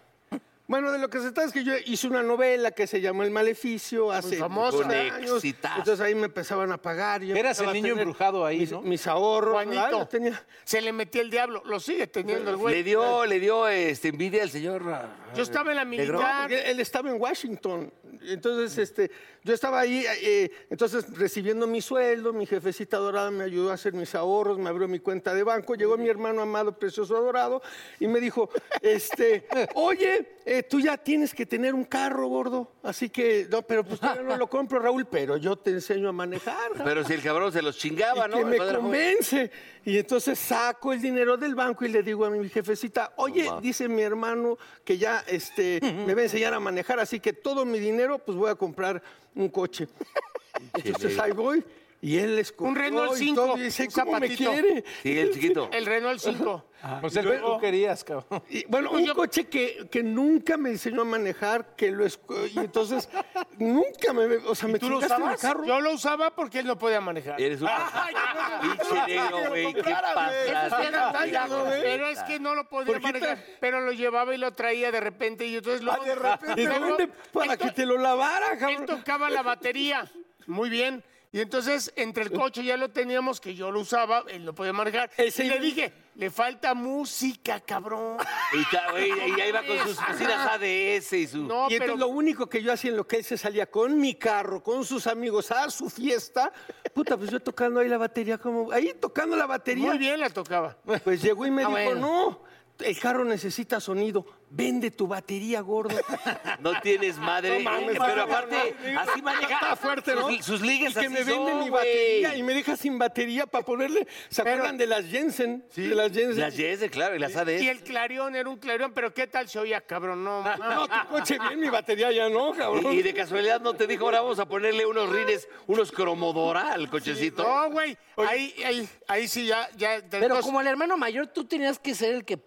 Speaker 9: Bueno, de lo que se trata es que yo hice una novela que se llamó El Maleficio hace
Speaker 5: famosa.
Speaker 9: muchos
Speaker 4: Un
Speaker 9: años.
Speaker 4: exitazo.
Speaker 9: Entonces ahí me empezaban a pagar. y yo
Speaker 2: Eras el
Speaker 9: empezaba a
Speaker 2: niño
Speaker 9: tener
Speaker 2: embrujado ahí,
Speaker 9: mis,
Speaker 2: ¿no?
Speaker 9: mis ahorros. ¿verdad?
Speaker 5: Juanito.
Speaker 9: Yo tenía-
Speaker 5: Se le metía el diablo. Lo sigue teniendo el
Speaker 4: le
Speaker 5: güey.
Speaker 4: dio, le dio este, envidia al señor... ah,
Speaker 5: Yo estaba en la
Speaker 9: No,
Speaker 5: militar.
Speaker 9: porque él estaba en Washington. Entonces, este, yo estaba ahí, eh, entonces recibiendo mi sueldo, mi jefecita dorada me ayudó a hacer mis ahorros, me abrió mi cuenta de banco, llegó mi hermano amado, precioso, adorado, y me dijo, este, oye, eh, tú ya tienes que tener un carro, gordo, así que, no, pero pues todavía no lo compro, Raúl, pero yo te enseño a manejar.
Speaker 4: Pero si el cabrón se los chingaba, Pues,
Speaker 9: Y
Speaker 4: ¿no?
Speaker 9: que me
Speaker 4: Cuando era joven.
Speaker 9: convence. Y entonces saco el dinero del banco y le digo a mi jefecita, oye, dice mi hermano que ya este, me va a enseñar a manejar, así que todo mi dinero pues voy a comprar un coche. Entonces ahí voy. Y él les compró
Speaker 5: Un Renault
Speaker 9: y
Speaker 5: 5.
Speaker 9: todo, y dice,
Speaker 5: un
Speaker 9: ¿cómo me
Speaker 5: zapatito.
Speaker 9: quiere?
Speaker 4: [LAUGHS]
Speaker 9: Ah,
Speaker 5: El Renault Pues 5.
Speaker 2: Ah,
Speaker 6: Pues
Speaker 9: Y luego-
Speaker 3: querías, cabrón.
Speaker 9: y, bueno, un coche que, que nunca me enseñó a manejar, que lo escu- y entonces nunca me, o sea, me
Speaker 5: ¿Tú lo
Speaker 9: chingaste en el
Speaker 5: usabas?
Speaker 9: carro.
Speaker 5: Yo lo usaba porque él no podía manejar.
Speaker 9: Eres un-
Speaker 5: Ay, yo no-
Speaker 9: Pinche negro,
Speaker 5: Que lo
Speaker 9: güey, qué
Speaker 5: comprara, güey.
Speaker 9: pasada.
Speaker 5: Eso sí era batalla, ¿no, güey? Pero es que no lo podía
Speaker 9: ¿Por qué te- Ah,
Speaker 5: manejar, pero lo llevaba y lo traía de repente y entonces luego...
Speaker 9: de repente,
Speaker 5: Y luego-
Speaker 9: ¿dónde? Para
Speaker 5: Él to-
Speaker 9: que te lo lavara, cabrón.
Speaker 5: Él tocaba la batería, muy bien. Y entonces entre el coche ya lo teníamos, que yo lo usaba, él lo podía manejar. y le dije, le falta música, cabrón.
Speaker 9: Ah,
Speaker 4: Y, ta- güey, y ahí va con sus cocinas ADS y su.
Speaker 9: y entonces lo único que yo hacía en lo que él se salía con mi carro, con sus amigos a su fiesta, puta, pues yo tocando ahí la batería, como ahí tocando la batería.
Speaker 5: Muy bien la tocaba.
Speaker 9: Pues llegó y me
Speaker 5: Ah,
Speaker 9: dijo,
Speaker 5: bueno.
Speaker 9: no, el carro necesita sonido, vende tu
Speaker 5: [LAUGHS]
Speaker 9: batería, gordo.
Speaker 4: No tienes madre.
Speaker 9: No mames,
Speaker 4: eh, pero
Speaker 9: no,
Speaker 4: aparte,
Speaker 9: no, no.
Speaker 4: así maneja.
Speaker 9: Está fuerte, ¿no?
Speaker 4: Sus, sus ligues
Speaker 9: Y que
Speaker 4: así
Speaker 9: me vende
Speaker 4: son,
Speaker 9: mi
Speaker 4: güey.
Speaker 9: batería y me deja sin batería para ponerle. ¿Se acuerdan de las Jensen? De las Jensen.
Speaker 4: Las Yes, claro, y las ADS.
Speaker 5: Y el clarión era un clarión, pero ¿qué tal se oía, cabrón?
Speaker 2: [LAUGHS]
Speaker 5: No,
Speaker 9: No, tu coche bien, mi batería ya no, cabrón.
Speaker 4: Y, y de casualidad no te dijo, ahora vamos a ponerle unos rines, unos cromodora al cochecito.
Speaker 5: No, güey. Ahí, ahí, ahí sí ya, ya.
Speaker 3: Pero como el hermano mayor, tú tenías que ser el que.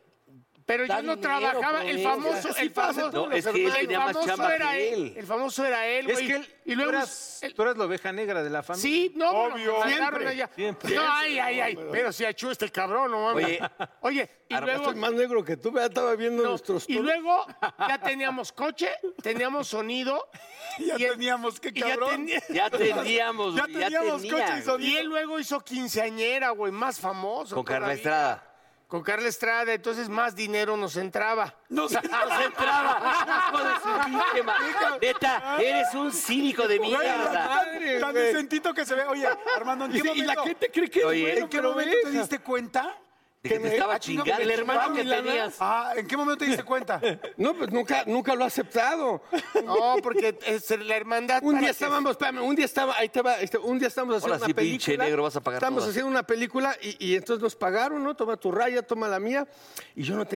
Speaker 5: Pero yo
Speaker 3: da
Speaker 5: no
Speaker 3: dinero,
Speaker 5: trabajaba, el
Speaker 3: proveer.
Speaker 5: famoso,
Speaker 3: Así
Speaker 5: el
Speaker 3: pasa en
Speaker 5: famoso,
Speaker 3: todos los No, es que él
Speaker 5: el
Speaker 3: tenía más
Speaker 5: famoso
Speaker 3: chamba
Speaker 5: era él,
Speaker 3: que él.
Speaker 5: el famoso era él,
Speaker 2: Es
Speaker 5: güey.
Speaker 2: que él-
Speaker 5: y luego
Speaker 2: tú eras, tú eras la oveja negra de la familia.
Speaker 5: Sí, no,
Speaker 2: Obvio.
Speaker 5: bueno, mandaron
Speaker 2: Siempre,
Speaker 5: allá.
Speaker 2: siempre.
Speaker 5: No, ay, ay, ay. Pero si achú este cabrón, no mames.
Speaker 9: Oye,
Speaker 5: Oye, y
Speaker 9: Ahora,
Speaker 5: luego,
Speaker 9: estoy más negro que tú, ¿verdad? estaba viendo nuestros
Speaker 5: y luego ya teníamos coche, teníamos sonido. Ya
Speaker 6: teníamos, qué
Speaker 4: cabrón. Ya teníamos, Ya güey, ya teníamos tenía, coche y güey. sonido.
Speaker 5: Y él luego hizo quinceañera, güey, más famoso.
Speaker 4: Con Carla
Speaker 5: todavía.
Speaker 4: Estrada.
Speaker 5: Con Carla Estrada, entonces más dinero nos entraba.
Speaker 4: Nos,
Speaker 6: [LAUGHS]
Speaker 4: nos Ah, entraba. Hijo de su pinche ma- Neta, eres un cínico de
Speaker 6: Güey,
Speaker 4: mierda.
Speaker 6: tan- Tan decentito que se ve. Oye, Armando, ¿en qué
Speaker 4: Y- y
Speaker 6: momento?
Speaker 4: la gente cree que es
Speaker 6: Oye,
Speaker 4: bueno,
Speaker 6: ¿En qué
Speaker 4: pero
Speaker 6: momento
Speaker 4: ve,
Speaker 6: te diste cuenta?
Speaker 4: De que te estaba
Speaker 6: Ah, chinga,
Speaker 4: chingando
Speaker 6: me
Speaker 4: el hermano
Speaker 6: chingaron
Speaker 4: que
Speaker 6: mi lana.
Speaker 4: tenías.
Speaker 6: Ah, ¿en qué momento te diste cuenta?
Speaker 9: No, pues nunca, nunca lo ha aceptado.
Speaker 5: No, porque es la hermandad.
Speaker 9: Un día estábamos, espérame, un día estaba, ahí te va,
Speaker 4: este,
Speaker 9: ahí te- un día estábamos haciendo
Speaker 4: Ahora
Speaker 9: una
Speaker 4: sí,
Speaker 9: película.
Speaker 4: pinche negro, vas a pagar
Speaker 9: Estábamos
Speaker 4: todas.
Speaker 9: haciendo una película y, y entonces nos pagaron, ¿no? Toma tu raya, toma la mía. Y yo no te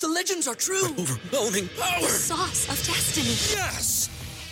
Speaker 10: The legends are true. overwhelming power! The sauce of destiny. Yes!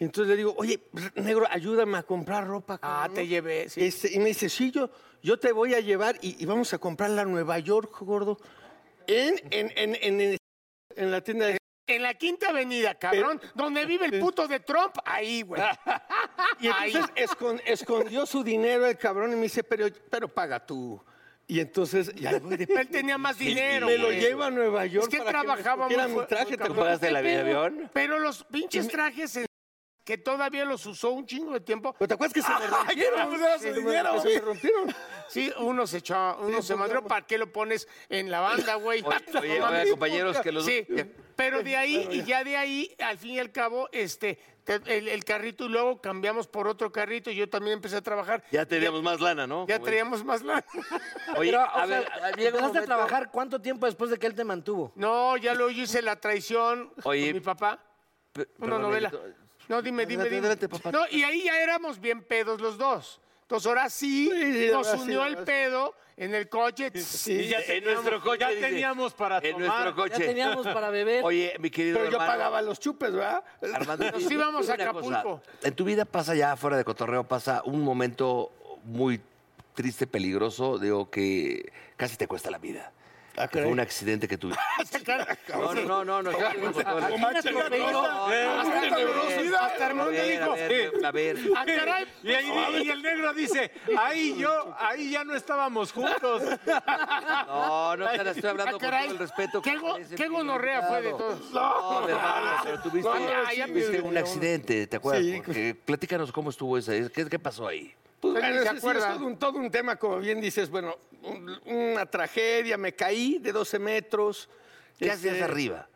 Speaker 9: Y entonces le digo, oye, r- negro, ayúdame a comprar ropa. Ah, te
Speaker 5: llevé.
Speaker 9: y me dice, sí, yo, yo te voy a llevar y, y vamos a comprarla a Nueva York, gordo. En, en, en, en, en- en la tienda de...
Speaker 5: En la Quinta Avenida, cabrón,
Speaker 9: [LAUGHS]
Speaker 5: donde vive el puto de Trump, ahí, güey.
Speaker 9: Y entonces escon- escondió su dinero el cabrón y me dice, pero, pero paga tú. Y entonces ya voy de...
Speaker 5: Él tenía más
Speaker 9: Y- y
Speaker 5: dinero.
Speaker 9: Me lo
Speaker 5: güey.
Speaker 9: lleva a Nueva York.
Speaker 5: Es que
Speaker 9: para
Speaker 5: trabajábamos.
Speaker 9: Que me escogiera
Speaker 5: fue-
Speaker 9: mi traje,
Speaker 5: fue
Speaker 9: ¿te
Speaker 5: cabrón.
Speaker 9: acuerdas?
Speaker 4: de la vida
Speaker 5: Pero-
Speaker 4: avión?
Speaker 5: Pero los pinches trajes en- que todavía los usó un chingo de tiempo.
Speaker 9: ¿Pero te acuerdas que se [LAUGHS] me rompieron? Se me- se me [LAUGHS] rompieron.
Speaker 5: pues, Sí, uno se echó, uno
Speaker 9: pues,
Speaker 5: se madrió. ¿Para qué lo pones en la banda, güey?
Speaker 4: Oye,
Speaker 5: [LAUGHS]
Speaker 4: oye,
Speaker 5: No mames.
Speaker 4: oye, compañeros, que los-
Speaker 5: Sí, pero de ahí, y ya de ahí, al fin y al cabo, este, te- el, el carrito y luego cambiamos por otro carrito. y Yo también empecé a trabajar.
Speaker 4: Ya teníamos más lana, ¿no?
Speaker 5: Ya
Speaker 4: Como-
Speaker 5: traíamos más lana. [LAUGHS]
Speaker 4: Oye, a ver, llega
Speaker 3: ¿Empezaste
Speaker 4: un
Speaker 3: a
Speaker 4: momento-
Speaker 3: trabajar cuánto tiempo después de que él te mantuvo?
Speaker 5: No, ya lo hice la traición
Speaker 4: Oye,
Speaker 5: con mi papá. Una
Speaker 4: perdón,
Speaker 5: novela.
Speaker 4: Negrito.
Speaker 5: No, dime, dime,
Speaker 4: Adelante,
Speaker 5: dime.
Speaker 4: adelante, papá.
Speaker 5: No, y ahí ya éramos bien pedos los dos. Entonces ahora sí,
Speaker 9: sí,
Speaker 5: nos
Speaker 9: ahora sí,
Speaker 5: unió
Speaker 9: ahora
Speaker 5: el
Speaker 9: sí.
Speaker 5: pedo en el coche.
Speaker 9: Sí,
Speaker 4: ya en nuestro coche. dice, En nuestro coche. Oye, mi querido
Speaker 9: Pero yo
Speaker 4: hermano,
Speaker 9: pagaba los chupes, ¿verdad?
Speaker 4: Armando,
Speaker 5: Nos
Speaker 4: dime
Speaker 5: íbamos a
Speaker 4: una
Speaker 5: Acapulco.
Speaker 4: cosa. En tu vida pasa ya fuera de cotorreo, pasa un momento muy triste, peligroso, digo, que casi te cuesta la vida. Que fue un accidente que
Speaker 2: [LAUGHS]
Speaker 4: tuviste.
Speaker 5: Sacar-
Speaker 4: Eh, No, no, no, no. no,
Speaker 5: Hasta
Speaker 2: Raimundo dijo,
Speaker 4: eh, A ver, a ver.
Speaker 2: Ah, caray. Y, ahí- y el negro dice, ahí yo, ahí ya no estábamos juntos.
Speaker 4: No, no, te la estoy hablando
Speaker 2: Ah,
Speaker 4: con
Speaker 2: caray.
Speaker 4: todo el respeto.
Speaker 2: Qué go- qué gonorrea fue de todos.
Speaker 4: No,
Speaker 5: Ah,
Speaker 2: No,
Speaker 4: mi hermano, pero tuviste,
Speaker 2: no, no,
Speaker 4: tuviste
Speaker 2: ya me-
Speaker 4: un accidente, ¿te acuerdas?
Speaker 9: Sí.
Speaker 4: Porque- platícanos cómo estuvo ese, qué, qué pasó ahí.
Speaker 9: Bueno,
Speaker 5: Pues ¿se
Speaker 9: sí, sí, es
Speaker 5: acuerda?
Speaker 9: todo un, todo un tema, como bien dices, bueno, un- una tragedia, me caí de 12 metros. este,
Speaker 4: ¿Qué
Speaker 5: Este,
Speaker 4: hacías arriba?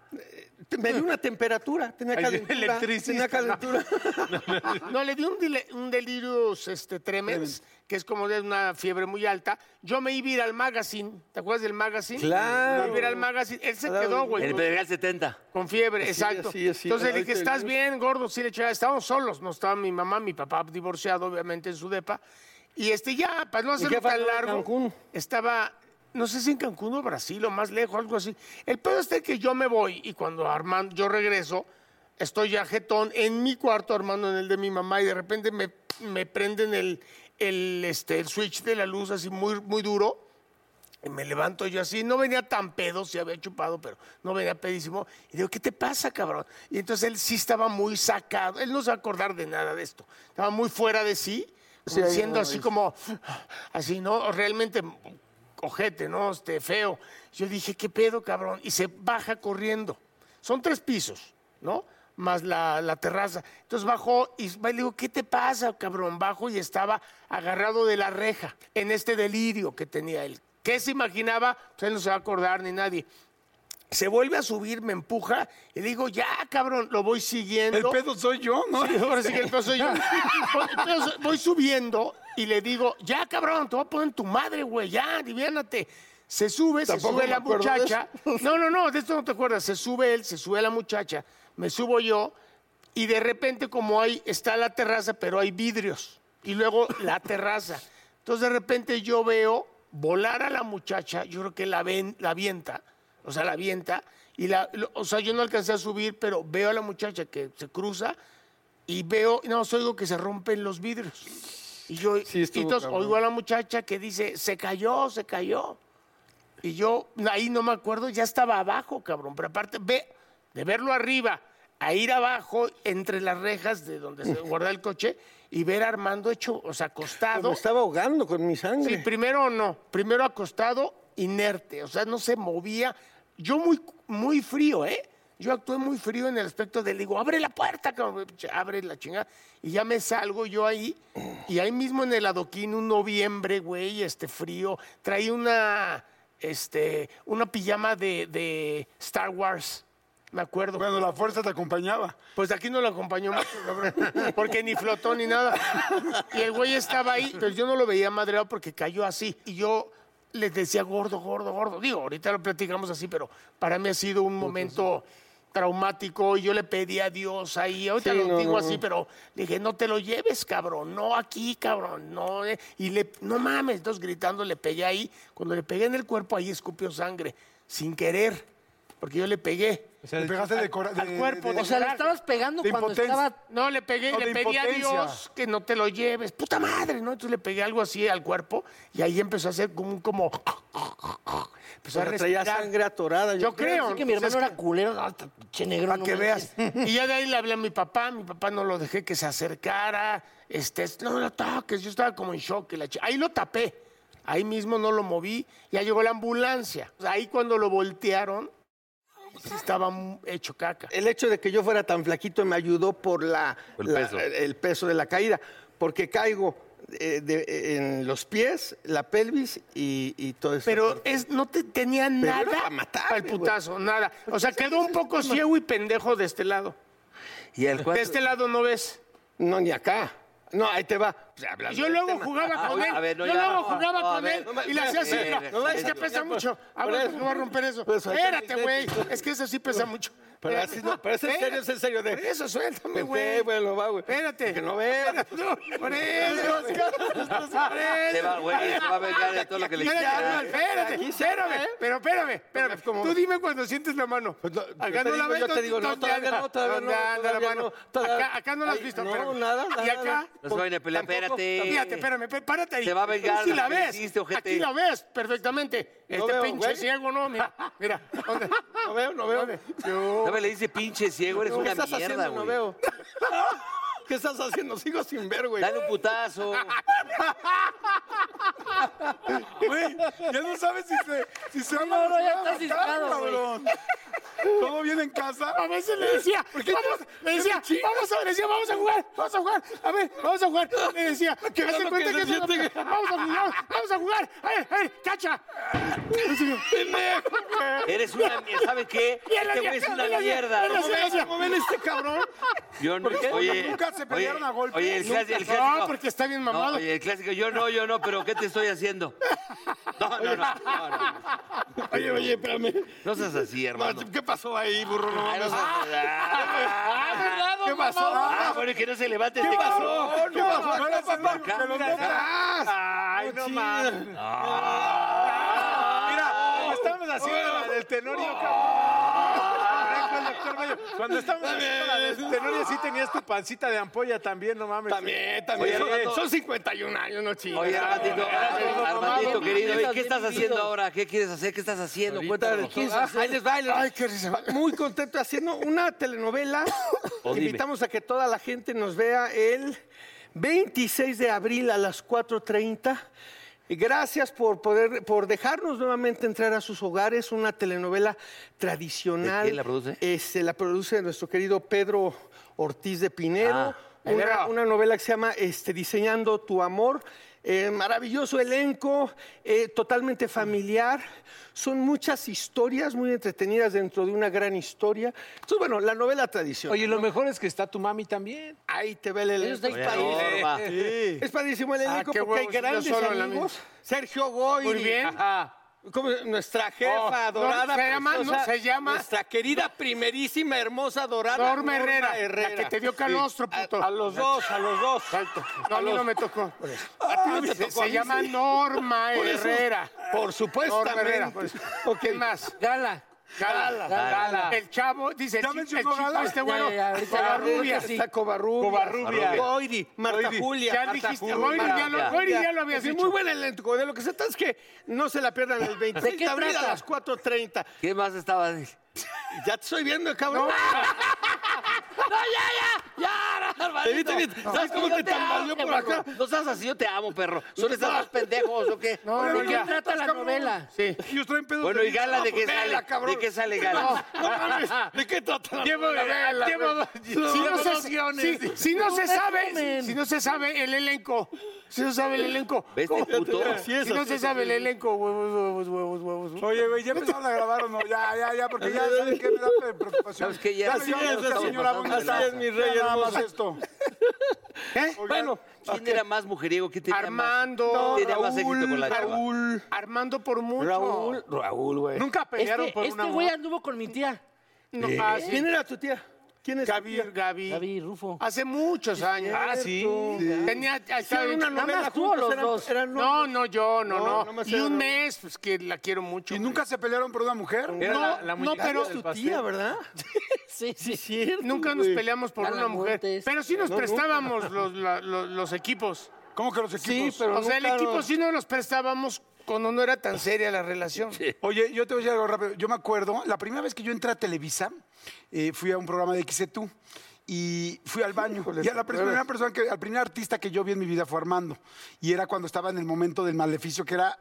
Speaker 9: te- Me dio una temperatura, tenía
Speaker 5: Ay,
Speaker 9: calentura.
Speaker 5: electricista.
Speaker 9: Tenía calentura.
Speaker 5: [LAUGHS] Ah, No, le di un, dile- un delirio este, tremens, que es como de una fiebre muy alta. Yo me iba a ir al magazine. ¿Te acuerdas del magazine?
Speaker 4: Claro.
Speaker 5: Me iba a ir al magazine. Él se quedó, güey.
Speaker 4: El
Speaker 5: con-
Speaker 4: Pedregal 70.
Speaker 5: Con fiebre,
Speaker 4: Así,
Speaker 5: exacto.
Speaker 4: así, así.
Speaker 5: Entonces le
Speaker 4: Ay,
Speaker 5: dije,
Speaker 4: te
Speaker 5: ¿estás
Speaker 4: digo.
Speaker 5: bien, gordo? Sí, le eché. Estábamos solos. No estaba mi mamá, mi papá divorciado, obviamente, en su depa. Y este, ya, para no
Speaker 9: ¿Y qué
Speaker 5: hacerlo
Speaker 9: pasó
Speaker 5: tan
Speaker 9: en
Speaker 5: largo,
Speaker 9: Cancún?
Speaker 5: estaba, no sé si en Cancún o Brasil o más lejos, algo así. El pedo es de que yo me voy y cuando Armando, yo regreso, estoy ya jetón en mi cuarto, Armando en el de mi mamá, y de repente me, me prenden el, el, este, el switch de la luz así muy, muy duro. Y Me levanto yo así, no venía tan pedo, sí había chupado, pero no venía pedísimo. Y digo, ¿qué te pasa, cabrón? Y entonces él sí estaba muy sacado, él no se va a acordar de nada de esto. Estaba muy fuera de sí,
Speaker 9: Sí, ahí
Speaker 5: siendo
Speaker 9: no
Speaker 5: así
Speaker 9: es.
Speaker 5: como, así, ¿no? Realmente ojete, ¿no? Este, feo. Yo dije, ¿qué pedo, cabrón? Y se baja corriendo. Son tres pisos, ¿no? Más la, la terraza. Entonces bajó y va y le digo, ¿qué te pasa, cabrón? Bajo y estaba agarrado de la reja en este delirio que tenía él. ¿Qué se imaginaba? Pues él no se va a acordar ni nadie. Se vuelve a subir, me empuja y le digo, ya, cabrón, lo voy siguiendo.
Speaker 6: El pedo soy yo, ¿no?
Speaker 5: Sí, ahora sí que el pedo
Speaker 9: [LAUGHS]
Speaker 5: soy yo. Voy- entonces, voy subiendo y le digo, ya, cabrón, te voy a poner en tu madre, güey, ya, diviérnate. Se sube, se
Speaker 9: Tampoco
Speaker 5: sube
Speaker 9: me
Speaker 5: la
Speaker 9: acuerdo de
Speaker 5: muchacha. No, no, no, de esto no te acuerdas. Se sube él, se sube la muchacha, me subo yo y de repente como hay, está la terraza, pero hay vidrios y luego la terraza. Entonces de repente yo veo volar a la muchacha, yo creo que la, ven, la avienta, o sea, la avienta, y la, lo- o sea, yo no alcancé a subir, pero veo a la muchacha que se cruza y veo, no, oigo que se rompen los vidrios. Y yo,
Speaker 9: estuvo
Speaker 5: y entonces
Speaker 9: cabrón.
Speaker 5: oigo a la muchacha que dice, se cayó, se cayó. Y yo ahí no me acuerdo, ya estaba abajo, cabrón. Pero aparte, ve, de verlo arriba a ir abajo entre las rejas de donde
Speaker 9: [LAUGHS]
Speaker 5: se guarda el coche y ver a Armando hecho, o sea, acostado.
Speaker 9: Me estaba ahogando con mi sangre.
Speaker 5: Sí, primero no, primero acostado, inerte, o sea, no se movía. Yo muy, muy frío, ¿eh? Yo actué muy frío en el aspecto de, le digo, abre la puerta, cabrón", abre la chingada. Y ya me salgo yo ahí, y ahí mismo en el adoquín, un noviembre, güey, este frío, traí una, este, una pijama de, de Star Wars. Me acuerdo.
Speaker 6: Cuando la fuerza te acompañaba.
Speaker 5: Pues aquí no lo acompañó mucho, cabrón,
Speaker 9: [LAUGHS]
Speaker 5: porque ni flotó ni nada. Y el güey estaba ahí, pero yo no lo veía madreado porque cayó así. Y yo les decía gordo, gordo, gordo. Digo, ahorita lo platicamos así, pero para mí ha sido un momento traumático y yo le pedí a Dios ahí, ahorita
Speaker 9: Sí,
Speaker 5: lo
Speaker 9: no,
Speaker 5: digo
Speaker 9: no,
Speaker 5: así,
Speaker 9: no.
Speaker 5: pero le dije, no te lo lleves, cabrón, no aquí, cabrón, no, eh". y le, no mames, entonces gritando le pegué ahí, cuando le pegué en el cuerpo ahí escupió sangre, sin querer, porque yo le pegué.
Speaker 6: O sea, le pegaste de cora-
Speaker 5: al
Speaker 6: de-
Speaker 5: cuerpo.
Speaker 6: de-
Speaker 5: de
Speaker 6: O sea, le
Speaker 5: coraje.
Speaker 3: estabas pegando
Speaker 5: De
Speaker 3: cuando
Speaker 5: impotencia.
Speaker 3: estaba-
Speaker 5: No, le pegué,
Speaker 3: No,
Speaker 5: le
Speaker 3: de
Speaker 5: pedí a
Speaker 3: impotencia.
Speaker 5: Dios que no te lo lleves. Puta madre, ¿no? Entonces le pegué algo así al cuerpo y ahí empezó a hacer como un como. Empezó a
Speaker 9: Pero traía
Speaker 5: respirar.
Speaker 9: sangre atorada.
Speaker 5: Yo, creo.
Speaker 3: Así que mi hermano era culero. no, t- che, negro,
Speaker 5: Para
Speaker 3: no
Speaker 5: que veas.
Speaker 3: manches. [LAUGHS]
Speaker 5: Y ya de ahí le hablé a mi papá, mi papá no lo dejé que se acercara, este, no lo toques, yo estaba como en shock. y la chi- ahí lo tapé, ahí mismo no lo moví, ya llegó la ambulancia. Ahí cuando lo voltearon, sí estaba mu- hecho caca.
Speaker 9: El hecho de que yo fuera tan flaquito me ayudó por la,
Speaker 5: El
Speaker 9: la-
Speaker 5: peso.
Speaker 9: el peso de la caída, porque caigo eh, de- en los pies, la pelvis y, y todo eso.
Speaker 5: Pero es, no te tenía nada
Speaker 9: era
Speaker 5: para
Speaker 9: pa' matarme,
Speaker 5: el putazo, nada. O sea, quedó un poco ciego y pendejo de este lado.
Speaker 4: Y el
Speaker 5: De este lado no ves.
Speaker 9: No, ni acá. No, ahí te va.
Speaker 5: Yo luego jugaba con
Speaker 9: Ah,
Speaker 5: él.
Speaker 9: a ver, no,
Speaker 5: yo
Speaker 9: ya,
Speaker 5: luego
Speaker 9: no,
Speaker 5: jugaba
Speaker 9: no, a
Speaker 5: con
Speaker 9: ver,
Speaker 5: él
Speaker 9: no,
Speaker 5: y le hacía
Speaker 9: no,
Speaker 5: así.
Speaker 9: eh,
Speaker 5: mira,
Speaker 9: eh,
Speaker 5: No, es
Speaker 9: eh,
Speaker 5: que
Speaker 9: no,
Speaker 5: pesa
Speaker 9: ya,
Speaker 5: mucho.
Speaker 9: por-
Speaker 5: Ah,
Speaker 9: por
Speaker 5: bueno,
Speaker 9: eso.
Speaker 5: no va a romper eso.
Speaker 9: Pues, ahí
Speaker 5: Espérate,
Speaker 9: está,
Speaker 5: güey.
Speaker 9: vete.
Speaker 5: Es que eso sí pesa mucho.
Speaker 9: Pero así no, pero ese es serio, ese es serio de.
Speaker 5: Por eso, suéltame,
Speaker 9: Te
Speaker 5: güey.
Speaker 9: fue, güey, lo va, güey.
Speaker 5: Espérate.
Speaker 9: Que no veas.
Speaker 5: [LAUGHS] No, por
Speaker 9: [LAUGHS]
Speaker 5: eso.
Speaker 4: Se va, güey, se va a vengar de todo lo que le
Speaker 5: Espérate,
Speaker 4: hicieron.
Speaker 5: Arnold, espérate, espérame,
Speaker 9: ¿eh?
Speaker 5: pero espérame, espérame. Tú dime cuando sientes la mano. Acá
Speaker 9: te
Speaker 5: no la ves.
Speaker 9: digo, Pues yo te digo, no,
Speaker 5: ¿dónde
Speaker 9: todavía
Speaker 5: anda?
Speaker 9: no, todavía no,
Speaker 5: ¿Dónde anda la
Speaker 9: todavía
Speaker 5: mano?
Speaker 9: no, todavía-
Speaker 5: Acá, acá no la has
Speaker 9: Ay,
Speaker 5: visto,
Speaker 9: no,
Speaker 5: espérame.
Speaker 9: nada,
Speaker 5: Y
Speaker 9: nada,
Speaker 5: acá.
Speaker 4: No se vayan a pelear,
Speaker 5: tampoco-
Speaker 4: espérate.
Speaker 5: Fíjate, espérame, pe- párate ahí.
Speaker 4: Se va a vengar
Speaker 5: Sí
Speaker 4: lo
Speaker 5: la
Speaker 4: que
Speaker 5: ves.
Speaker 4: hiciste, ojete.
Speaker 5: Aquí la ves perfectamente.
Speaker 4: No
Speaker 5: Este
Speaker 4: veo,
Speaker 5: pinche
Speaker 4: güey.
Speaker 5: ciego, no, mira.
Speaker 9: [LAUGHS]
Speaker 5: Mira. ¿dónde? No veo, no veo.
Speaker 4: No me le dice pinche ciego, eres
Speaker 5: ¿Qué
Speaker 4: una
Speaker 5: estás
Speaker 4: mierda,
Speaker 5: haciendo? No
Speaker 4: güey.
Speaker 5: veo.
Speaker 9: ¿Qué estás haciendo? Sigo sin ver, güey.
Speaker 4: Dale un putazo.
Speaker 6: Güey, ya no sabes si se, si se va
Speaker 1: no,
Speaker 6: a
Speaker 1: ya
Speaker 6: matar,
Speaker 1: estás ciscado, güey.
Speaker 6: cabrón. ¿Todo bien en casa?
Speaker 5: A veces le decía,
Speaker 6: ¿Por qué
Speaker 5: vamos,
Speaker 6: te-
Speaker 5: le
Speaker 6: te
Speaker 5: decía,
Speaker 6: chingas?
Speaker 5: vamos a, le decía, vamos a jugar, vamos a jugar, a ver, vamos a jugar. Le decía, que
Speaker 6: da
Speaker 5: hace
Speaker 6: lo
Speaker 5: cuenta
Speaker 6: que
Speaker 5: que
Speaker 6: se
Speaker 5: es una-
Speaker 6: siente.
Speaker 5: vamos a jugar, vamos a jugar, a ver, a ver, cacha.
Speaker 4: Eres una mier- ¿sabe qué?
Speaker 5: Y él le decía,
Speaker 4: Este güey es una
Speaker 5: él le decía,
Speaker 4: mierda.
Speaker 5: él le decía,
Speaker 4: ¿Cómo ven?
Speaker 5: ¿Cómo ven este cabrón?
Speaker 4: Yo no,
Speaker 5: Porque
Speaker 4: oye,
Speaker 5: nunca se
Speaker 4: oye,
Speaker 5: pelearon a golpes.
Speaker 4: Oye, el,
Speaker 5: Nunca.
Speaker 4: clásico- el
Speaker 5: No,
Speaker 4: clásico.
Speaker 5: porque está bien
Speaker 4: No,
Speaker 5: mamado.
Speaker 4: oye, el clásico, yo no, yo no, pero ¿qué te estoy haciendo? No, no, no. no, no.
Speaker 9: Oye, oye, espérame.
Speaker 4: No seas así, hermano.
Speaker 9: ¿Qué pasó ahí, burro? No,
Speaker 4: Ay, no
Speaker 9: mames.
Speaker 4: seas-
Speaker 9: ¿Qué pasó?
Speaker 4: Ah, bueno, y que no se levante
Speaker 9: ¿Qué
Speaker 4: este
Speaker 9: pasó?
Speaker 4: cabrón.
Speaker 9: ¿Qué pasó?
Speaker 4: Acá,
Speaker 9: ¿Qué pasó?
Speaker 4: para acá.
Speaker 9: Que lo metas.
Speaker 2: Ay, no mames. Mira, estamos haciendo la del Tenorio, cabrón. Correcto, doctor Mayo. Cuando estamos haciendo la del Tenorio, sí tenías tu pancita de ampolla también, no mames.
Speaker 9: También, también.
Speaker 2: Oye,
Speaker 9: Son- Son 51 años, no chingas.
Speaker 4: Oye, Armandito, Armandito, Armandito, querido, oye, ¿qué estás haciendo ahora? ¿Qué quieres hacer? ¿Qué estás haciendo? Cuéntanos. Ahí les va, ahí les va.
Speaker 9: Ay, qué risa. Muy contento haciendo una
Speaker 4: [LAUGHS]
Speaker 9: telenovela.
Speaker 4: O Oh, dime.
Speaker 9: Invitamos a que toda la gente nos vea el 26 de abril a las 4.30. Y Gracias por poder, por dejarnos nuevamente entrar a sus hogares. Una telenovela tradicional.
Speaker 4: ¿De quién la produce?
Speaker 9: Este, la produce nuestro querido Pedro Ortiz de
Speaker 4: Ah.
Speaker 9: Pinedo. Una, una novela que se llama este, Diseñando tu amor. Eh, maravilloso elenco, eh, totalmente familiar. Son muchas historias muy entretenidas dentro de una gran historia. Entonces, bueno, la novela tradicional.
Speaker 2: Oye, lo mejor es que está tu mami también.
Speaker 9: Ahí te ve el elenco.
Speaker 4: está ahí.
Speaker 9: padrísimo.
Speaker 4: Oye, no, va.
Speaker 9: Sí. Es padrísimo el
Speaker 5: Ah,
Speaker 9: elenco
Speaker 5: qué
Speaker 9: porque hay
Speaker 5: huevos, yo
Speaker 9: grandes
Speaker 5: solo en la
Speaker 9: amigos.
Speaker 5: mía.
Speaker 9: Sergio Goy.
Speaker 5: Muy bien.
Speaker 9: [LAUGHS] Nuestra jefa
Speaker 5: Oh,
Speaker 9: adorada.
Speaker 5: no, se llama, no,
Speaker 9: preciosa,
Speaker 5: se llama-
Speaker 9: Nuestra querida, primerísima, hermosa, adorada.
Speaker 5: Norma Herrera, la que te dio calostro,
Speaker 9: Sí.
Speaker 5: puto.
Speaker 9: A, a los dos, a los dos.
Speaker 5: No, a mí
Speaker 9: los-
Speaker 5: no me tocó. Ah,
Speaker 9: A ti no te
Speaker 5: Se,
Speaker 9: tocó, a
Speaker 5: se
Speaker 9: mí
Speaker 5: llama
Speaker 9: sí.
Speaker 5: Norma
Speaker 9: Por eso-
Speaker 5: Herrera.
Speaker 9: Por supuesto.
Speaker 5: Norma Herrera. por eso. ¿Quién más?
Speaker 3: Gala.
Speaker 5: Gala,
Speaker 4: Gala.
Speaker 5: Gala. El chavo, dice, el
Speaker 6: ¿Ya
Speaker 5: chi- el
Speaker 6: mencionó
Speaker 5: chico
Speaker 6: Gala?
Speaker 5: este
Speaker 3: Ya,
Speaker 5: bueno,
Speaker 3: ya, ya, ahorita
Speaker 5: Covarrubia.
Speaker 3: sí.
Speaker 9: Está Covarrubia.
Speaker 6: Covarrubia.
Speaker 9: Goiri, Marta
Speaker 6: Goiri.
Speaker 9: Julia.
Speaker 5: Ya
Speaker 9: Marta
Speaker 5: dijiste,
Speaker 9: Julia,
Speaker 5: Goiri ya lo-
Speaker 9: Marta
Speaker 5: Goiri ya
Speaker 9: Julia.
Speaker 5: lo habías
Speaker 9: Sí,
Speaker 5: dicho.
Speaker 9: Muy buen elenco. De lo que se trata es que no se la pierdan el 26 de
Speaker 3: qué
Speaker 9: abril a
Speaker 3: trata?
Speaker 9: las 4.30.
Speaker 4: ¿Qué más estaba?
Speaker 9: Ya te estoy viendo, cabrón. [LAUGHS] Te vi, te vi. ¿Sabes cómo te tambaleó por acá?
Speaker 4: No seas así, yo te amo, perro. ¿Son estas dos pendejos o qué?
Speaker 3: No, ¿De
Speaker 5: no,
Speaker 3: qué
Speaker 5: ya.
Speaker 3: trata la novela?
Speaker 9: Sí.
Speaker 6: Ellos traen pedos
Speaker 4: Bueno,
Speaker 6: de
Speaker 4: ¿y Gala de qué
Speaker 9: Vela,
Speaker 4: sale?
Speaker 9: cabrón.
Speaker 4: ¿De qué sale Gala?
Speaker 9: [LAUGHS] No mames, ¿de qué trata? la
Speaker 5: Llevo,
Speaker 9: novela?
Speaker 5: llevo- si no se, si- si no se sabe, si no se sabe el elenco, si no se sabe el elenco,
Speaker 4: ¿Ves
Speaker 5: [LAUGHS]
Speaker 4: este puto?
Speaker 5: si no se sabe el elenco, huevos, huevos, huevos, huevos. huevos.
Speaker 6: Oye, güey, ¿ya empezaron a grabar o no? Ya, ya, ya, porque ya, ¿saben qué? Me da pre- preocupación.
Speaker 4: [LAUGHS] ¿Sabes qué? Ya
Speaker 6: Dale,
Speaker 4: sí,
Speaker 6: ya,
Speaker 4: ya
Speaker 6: esta
Speaker 4: estamos
Speaker 6: señora
Speaker 4: pasando de
Speaker 6: bonita.
Speaker 4: lanza.
Speaker 9: Así es, mi rey
Speaker 6: Ya nada
Speaker 9: hermoso.
Speaker 6: más esto.
Speaker 5: ¿Eh?
Speaker 9: Bueno,
Speaker 4: ¿Quién era más mujeriego? ¿Quién tenía
Speaker 5: Armando,
Speaker 4: más? ¿Quién tenía más éxito con
Speaker 5: Raúl,
Speaker 4: la chava?
Speaker 5: Raúl, Armando por mucho.
Speaker 4: Raúl, Raúl, güey.
Speaker 5: Nunca pelearon por
Speaker 3: Este, este
Speaker 5: una
Speaker 3: güey anduvo con mi tía,
Speaker 5: No, ah, sí.
Speaker 9: ¿quién era tu tía? ¿Quién es? tu
Speaker 5: Gaby,
Speaker 9: tía?
Speaker 5: Gaby.
Speaker 3: Gaby Rufo.
Speaker 5: Hace muchos años.
Speaker 2: Ah, sí.
Speaker 5: Tenía estaba
Speaker 9: Hicieron
Speaker 5: bien
Speaker 9: una
Speaker 5: chiquita.
Speaker 9: novela
Speaker 3: tú o
Speaker 9: juntos,
Speaker 3: los
Speaker 9: eran-
Speaker 3: dos?
Speaker 9: eran
Speaker 5: No, no, yo, no,
Speaker 9: No,
Speaker 5: no.
Speaker 9: nomás
Speaker 5: y
Speaker 9: era-
Speaker 5: un mes, pues que la quiero mucho.
Speaker 6: ¿Y nunca se pelearon por una mujer?
Speaker 2: Era
Speaker 5: No,
Speaker 2: la- la
Speaker 5: no,
Speaker 2: muñeca
Speaker 5: pero
Speaker 2: del
Speaker 9: tu
Speaker 2: pastel.
Speaker 9: tía, ¿verdad?
Speaker 3: Sí, sí.
Speaker 5: Nunca nos peleamos por
Speaker 3: Gala
Speaker 5: una mujer.
Speaker 3: Montes.
Speaker 5: Pero sí nos
Speaker 9: No, nunca.
Speaker 5: prestábamos los, la- los- los equipos.
Speaker 6: ¿Cómo que los equipos?
Speaker 9: pero
Speaker 5: o sea, el
Speaker 9: nunca
Speaker 5: equipo
Speaker 9: no-
Speaker 5: sí no nos prestábamos cuando no era tan seria la relación.
Speaker 6: Oye, yo te voy a decir algo rápido. Yo me acuerdo, la primera vez que yo entré a Televisa, eh, fui a un programa de XETU y fui al baño. y a la primera persona que, al primer artista que yo vi en mi vida fue Armando. Y era cuando estaba en el momento del maleficio, que era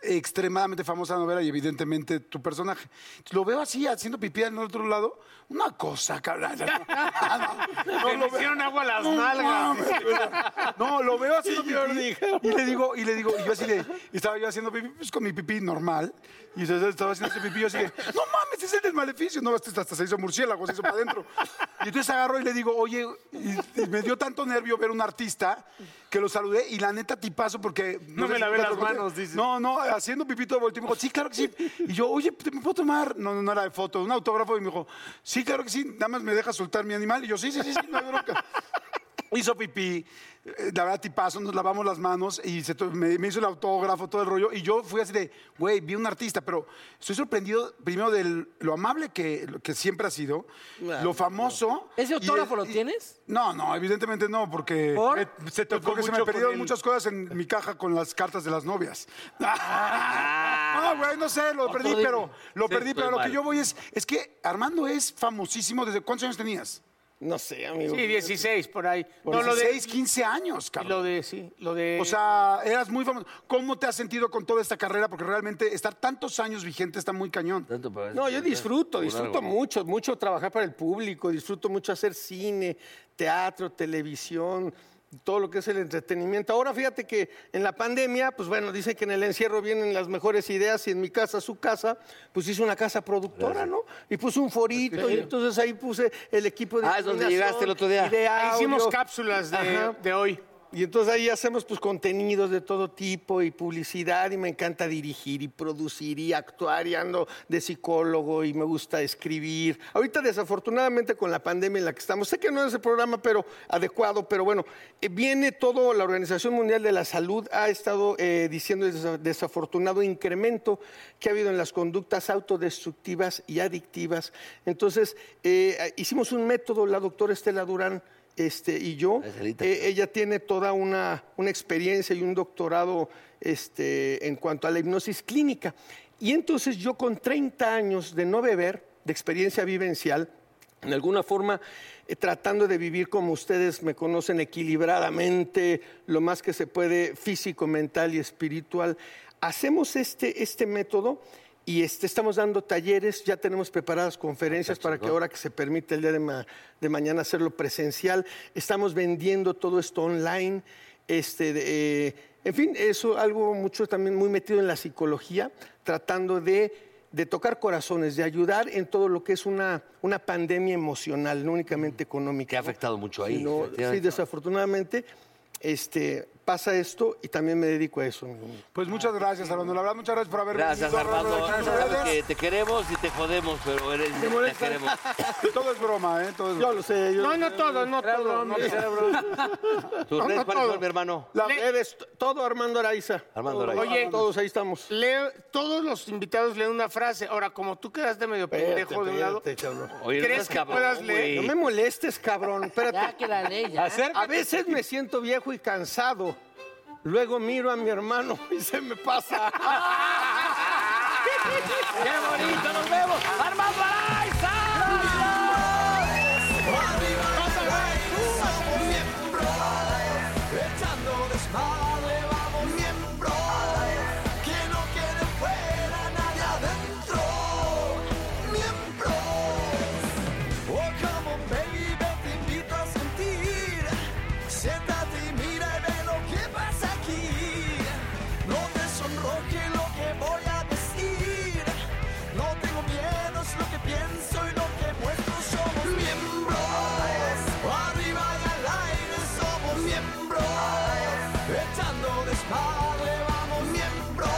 Speaker 6: extremadamente famosa novela y evidentemente tu personaje. Lo veo así, haciendo pipí en el otro lado. Una cosa,
Speaker 5: [LAUGHS]
Speaker 6: cabrón.
Speaker 5: Que le hicieron agua a las
Speaker 6: No
Speaker 5: nalgas.
Speaker 6: mames, [LAUGHS] güey. No, lo veo haciendo pipí. Y le digo, y le digo, y yo así de, y estaba yo haciendo pipí, pues con mi pipí normal. Y yo estaba haciendo este pipí, yo así de, no mames, es el del maleficio. No, hasta, hasta se hizo murciélago, se hizo para adentro. Y entonces agarro y le digo, oye, y, y me dio tanto nervio ver un artista que lo saludé y la neta tipazo porque.
Speaker 2: No me
Speaker 6: sé si
Speaker 2: lavé
Speaker 6: te
Speaker 2: las
Speaker 6: lo conté.
Speaker 2: manos, dice.
Speaker 6: No, no, haciendo pipito de volteo. Y me dijo, sí, claro que sí. Y yo, oye, ¿te- ¿me puedo tomar? No, no, no era de foto, un autógrafo. Y me dijo, sí, claro que sí, nada más me deja soltar mi animal. Y yo, sí, sí, sí, sí no hay bronca. Hizo pipí, eh, la verdad, tipazo, nos lavamos las manos y se to- me, me hizo el autógrafo, todo el rollo. Y yo fui así de, güey, vi un artista, pero estoy sorprendido primero de lo amable que, lo que siempre ha sido,
Speaker 2: Ah,
Speaker 6: lo famoso.
Speaker 3: ¿Ese
Speaker 6: y-
Speaker 3: autógrafo lo
Speaker 6: y-
Speaker 3: tienes?
Speaker 6: No, no, evidentemente no, porque.
Speaker 3: ¿Por?
Speaker 6: me-
Speaker 2: Se tocó
Speaker 6: porque se
Speaker 2: mucho
Speaker 6: me
Speaker 2: con
Speaker 6: perdieron
Speaker 2: él.
Speaker 6: muchas cosas en mi caja con las cartas de las novias. [LAUGHS] Ah, güey, no sé, lo perdí, pero. Lo
Speaker 4: Sí,
Speaker 6: perdí,
Speaker 4: estoy
Speaker 6: pero lo que
Speaker 4: mal.
Speaker 6: yo voy es. Es que Armando es famosísimo. ¿Desde cuántos años tenías?
Speaker 9: No sé, amigo.
Speaker 5: Sí, 16 por ahí.
Speaker 9: Por
Speaker 5: No, lo de-
Speaker 6: 16, 15 años, cabrón.
Speaker 5: Lo de, sí, lo de...
Speaker 6: O sea, eras muy famoso. ¿Cómo te has sentido con toda esta carrera? Porque realmente estar tantos años vigente está muy cañón.
Speaker 4: Pues,
Speaker 9: No, yo disfruto, disfruto mucho, mucho trabajar para el público, disfruto mucho hacer cine, teatro, televisión, todo lo que es el entretenimiento. Ahora fíjate que en la pandemia, pues bueno, dicen que en el encierro vienen las mejores ideas y en mi casa, su casa, pues hice una casa productora, ¿no? Y puse un forito y entonces ahí puse el equipo de...
Speaker 4: Ah, es donde
Speaker 9: iluminación
Speaker 4: llegaste el otro día.
Speaker 9: y de
Speaker 5: Ah,
Speaker 4: Ahí hicimos
Speaker 9: audio.
Speaker 4: cápsulas de-
Speaker 9: hoy. Y entonces ahí hacemos pues contenidos de todo tipo y publicidad y me encanta dirigir y producir y actuar y ando de psicólogo y me gusta escribir. Ahorita desafortunadamente con la pandemia en la que estamos, sé que no es el programa pero adecuado, pero bueno, eh, viene todo, la Organización Mundial de la Salud ha estado eh, diciendo el desa- desafortunado incremento que ha habido en las conductas autodestructivas y adictivas. Entonces eh, hicimos un método, la doctora Estela Durán este, y yo. Eh, ella tiene toda una, una experiencia y un doctorado este, en cuanto a la hipnosis clínica. Y entonces yo con 30 años de no beber, de experiencia vivencial, en alguna forma eh, tratando de vivir como ustedes me conocen equilibradamente, lo más que se puede físico, mental y espiritual, hacemos este, este método y este, estamos dando talleres, ya tenemos preparadas conferencias para que ahora que se permite el día de, ma- de mañana hacerlo presencial, estamos vendiendo todo esto online. Este, de, eh, en fin, eso algo mucho también muy metido en la psicología, tratando de de tocar corazones, de ayudar en todo lo que es una, una pandemia emocional, no únicamente económica. Que ha
Speaker 4: Mm. afectado mucho ahí,
Speaker 9: sí,
Speaker 4: efectivamente.
Speaker 9: desafortunadamente este, pasa esto y también me dedico a eso. amigo mío.
Speaker 6: Pues muchas gracias, Armando. La verdad, muchas gracias por haber
Speaker 4: Ah, Gracias,
Speaker 6: venido.
Speaker 4: Armando.
Speaker 6: Muchas
Speaker 4: Sabes
Speaker 6: gracias.
Speaker 4: que te queremos y te jodemos, pero eres,
Speaker 6: Te
Speaker 4: te
Speaker 6: molesta.
Speaker 4: queremos.
Speaker 6: Todo es broma, ¿eh? Todo es broma.
Speaker 9: Yo lo sé.
Speaker 5: No, no todo, no
Speaker 6: Era
Speaker 5: todo.
Speaker 6: broma,
Speaker 5: no
Speaker 6: era
Speaker 5: todo.
Speaker 4: ¿Tus
Speaker 9: No,
Speaker 4: redes
Speaker 9: no
Speaker 4: cuáles
Speaker 9: todo.
Speaker 4: son, mi hermano?
Speaker 9: La eres t- todo Armando Araiza.
Speaker 4: Armando Araiza.
Speaker 5: Oye,
Speaker 9: todos ahí estamos.
Speaker 5: todos los invitados leen una frase. Ahora, como tú quedaste medio pendejo de un lado,
Speaker 9: Espérate, cabrón.
Speaker 4: Oye, no
Speaker 5: ¿crees
Speaker 4: seas
Speaker 5: que
Speaker 4: cabrón,
Speaker 5: puedas
Speaker 4: güey.
Speaker 5: leer?
Speaker 9: No me molestes, cabrón. Espérate.
Speaker 3: Ya que la ley, ya.
Speaker 9: A veces me siento viejo y cansado. Luego miro a mi hermano y se me pasa.
Speaker 1: ¡Qué bonito! ¡Nos vemos! ¡Armando Araiza! Echando desmadre, vamos miembro. Que no quede fuera nadie adentro. Miembro. Oh, come on, baby, te invito a sentir. Siéntate y mira y ve lo que pasa aquí. No te sonroje lo que voy a decir. No tengo miedo, es lo que pienso y lo que muestro. Somos miembros. Arriba y al aire somos miembros. Echando desmadre, vamos miembros.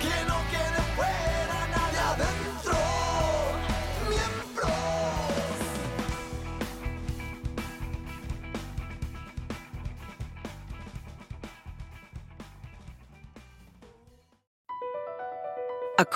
Speaker 1: Que no quede fuera nadie adentro. Miembros.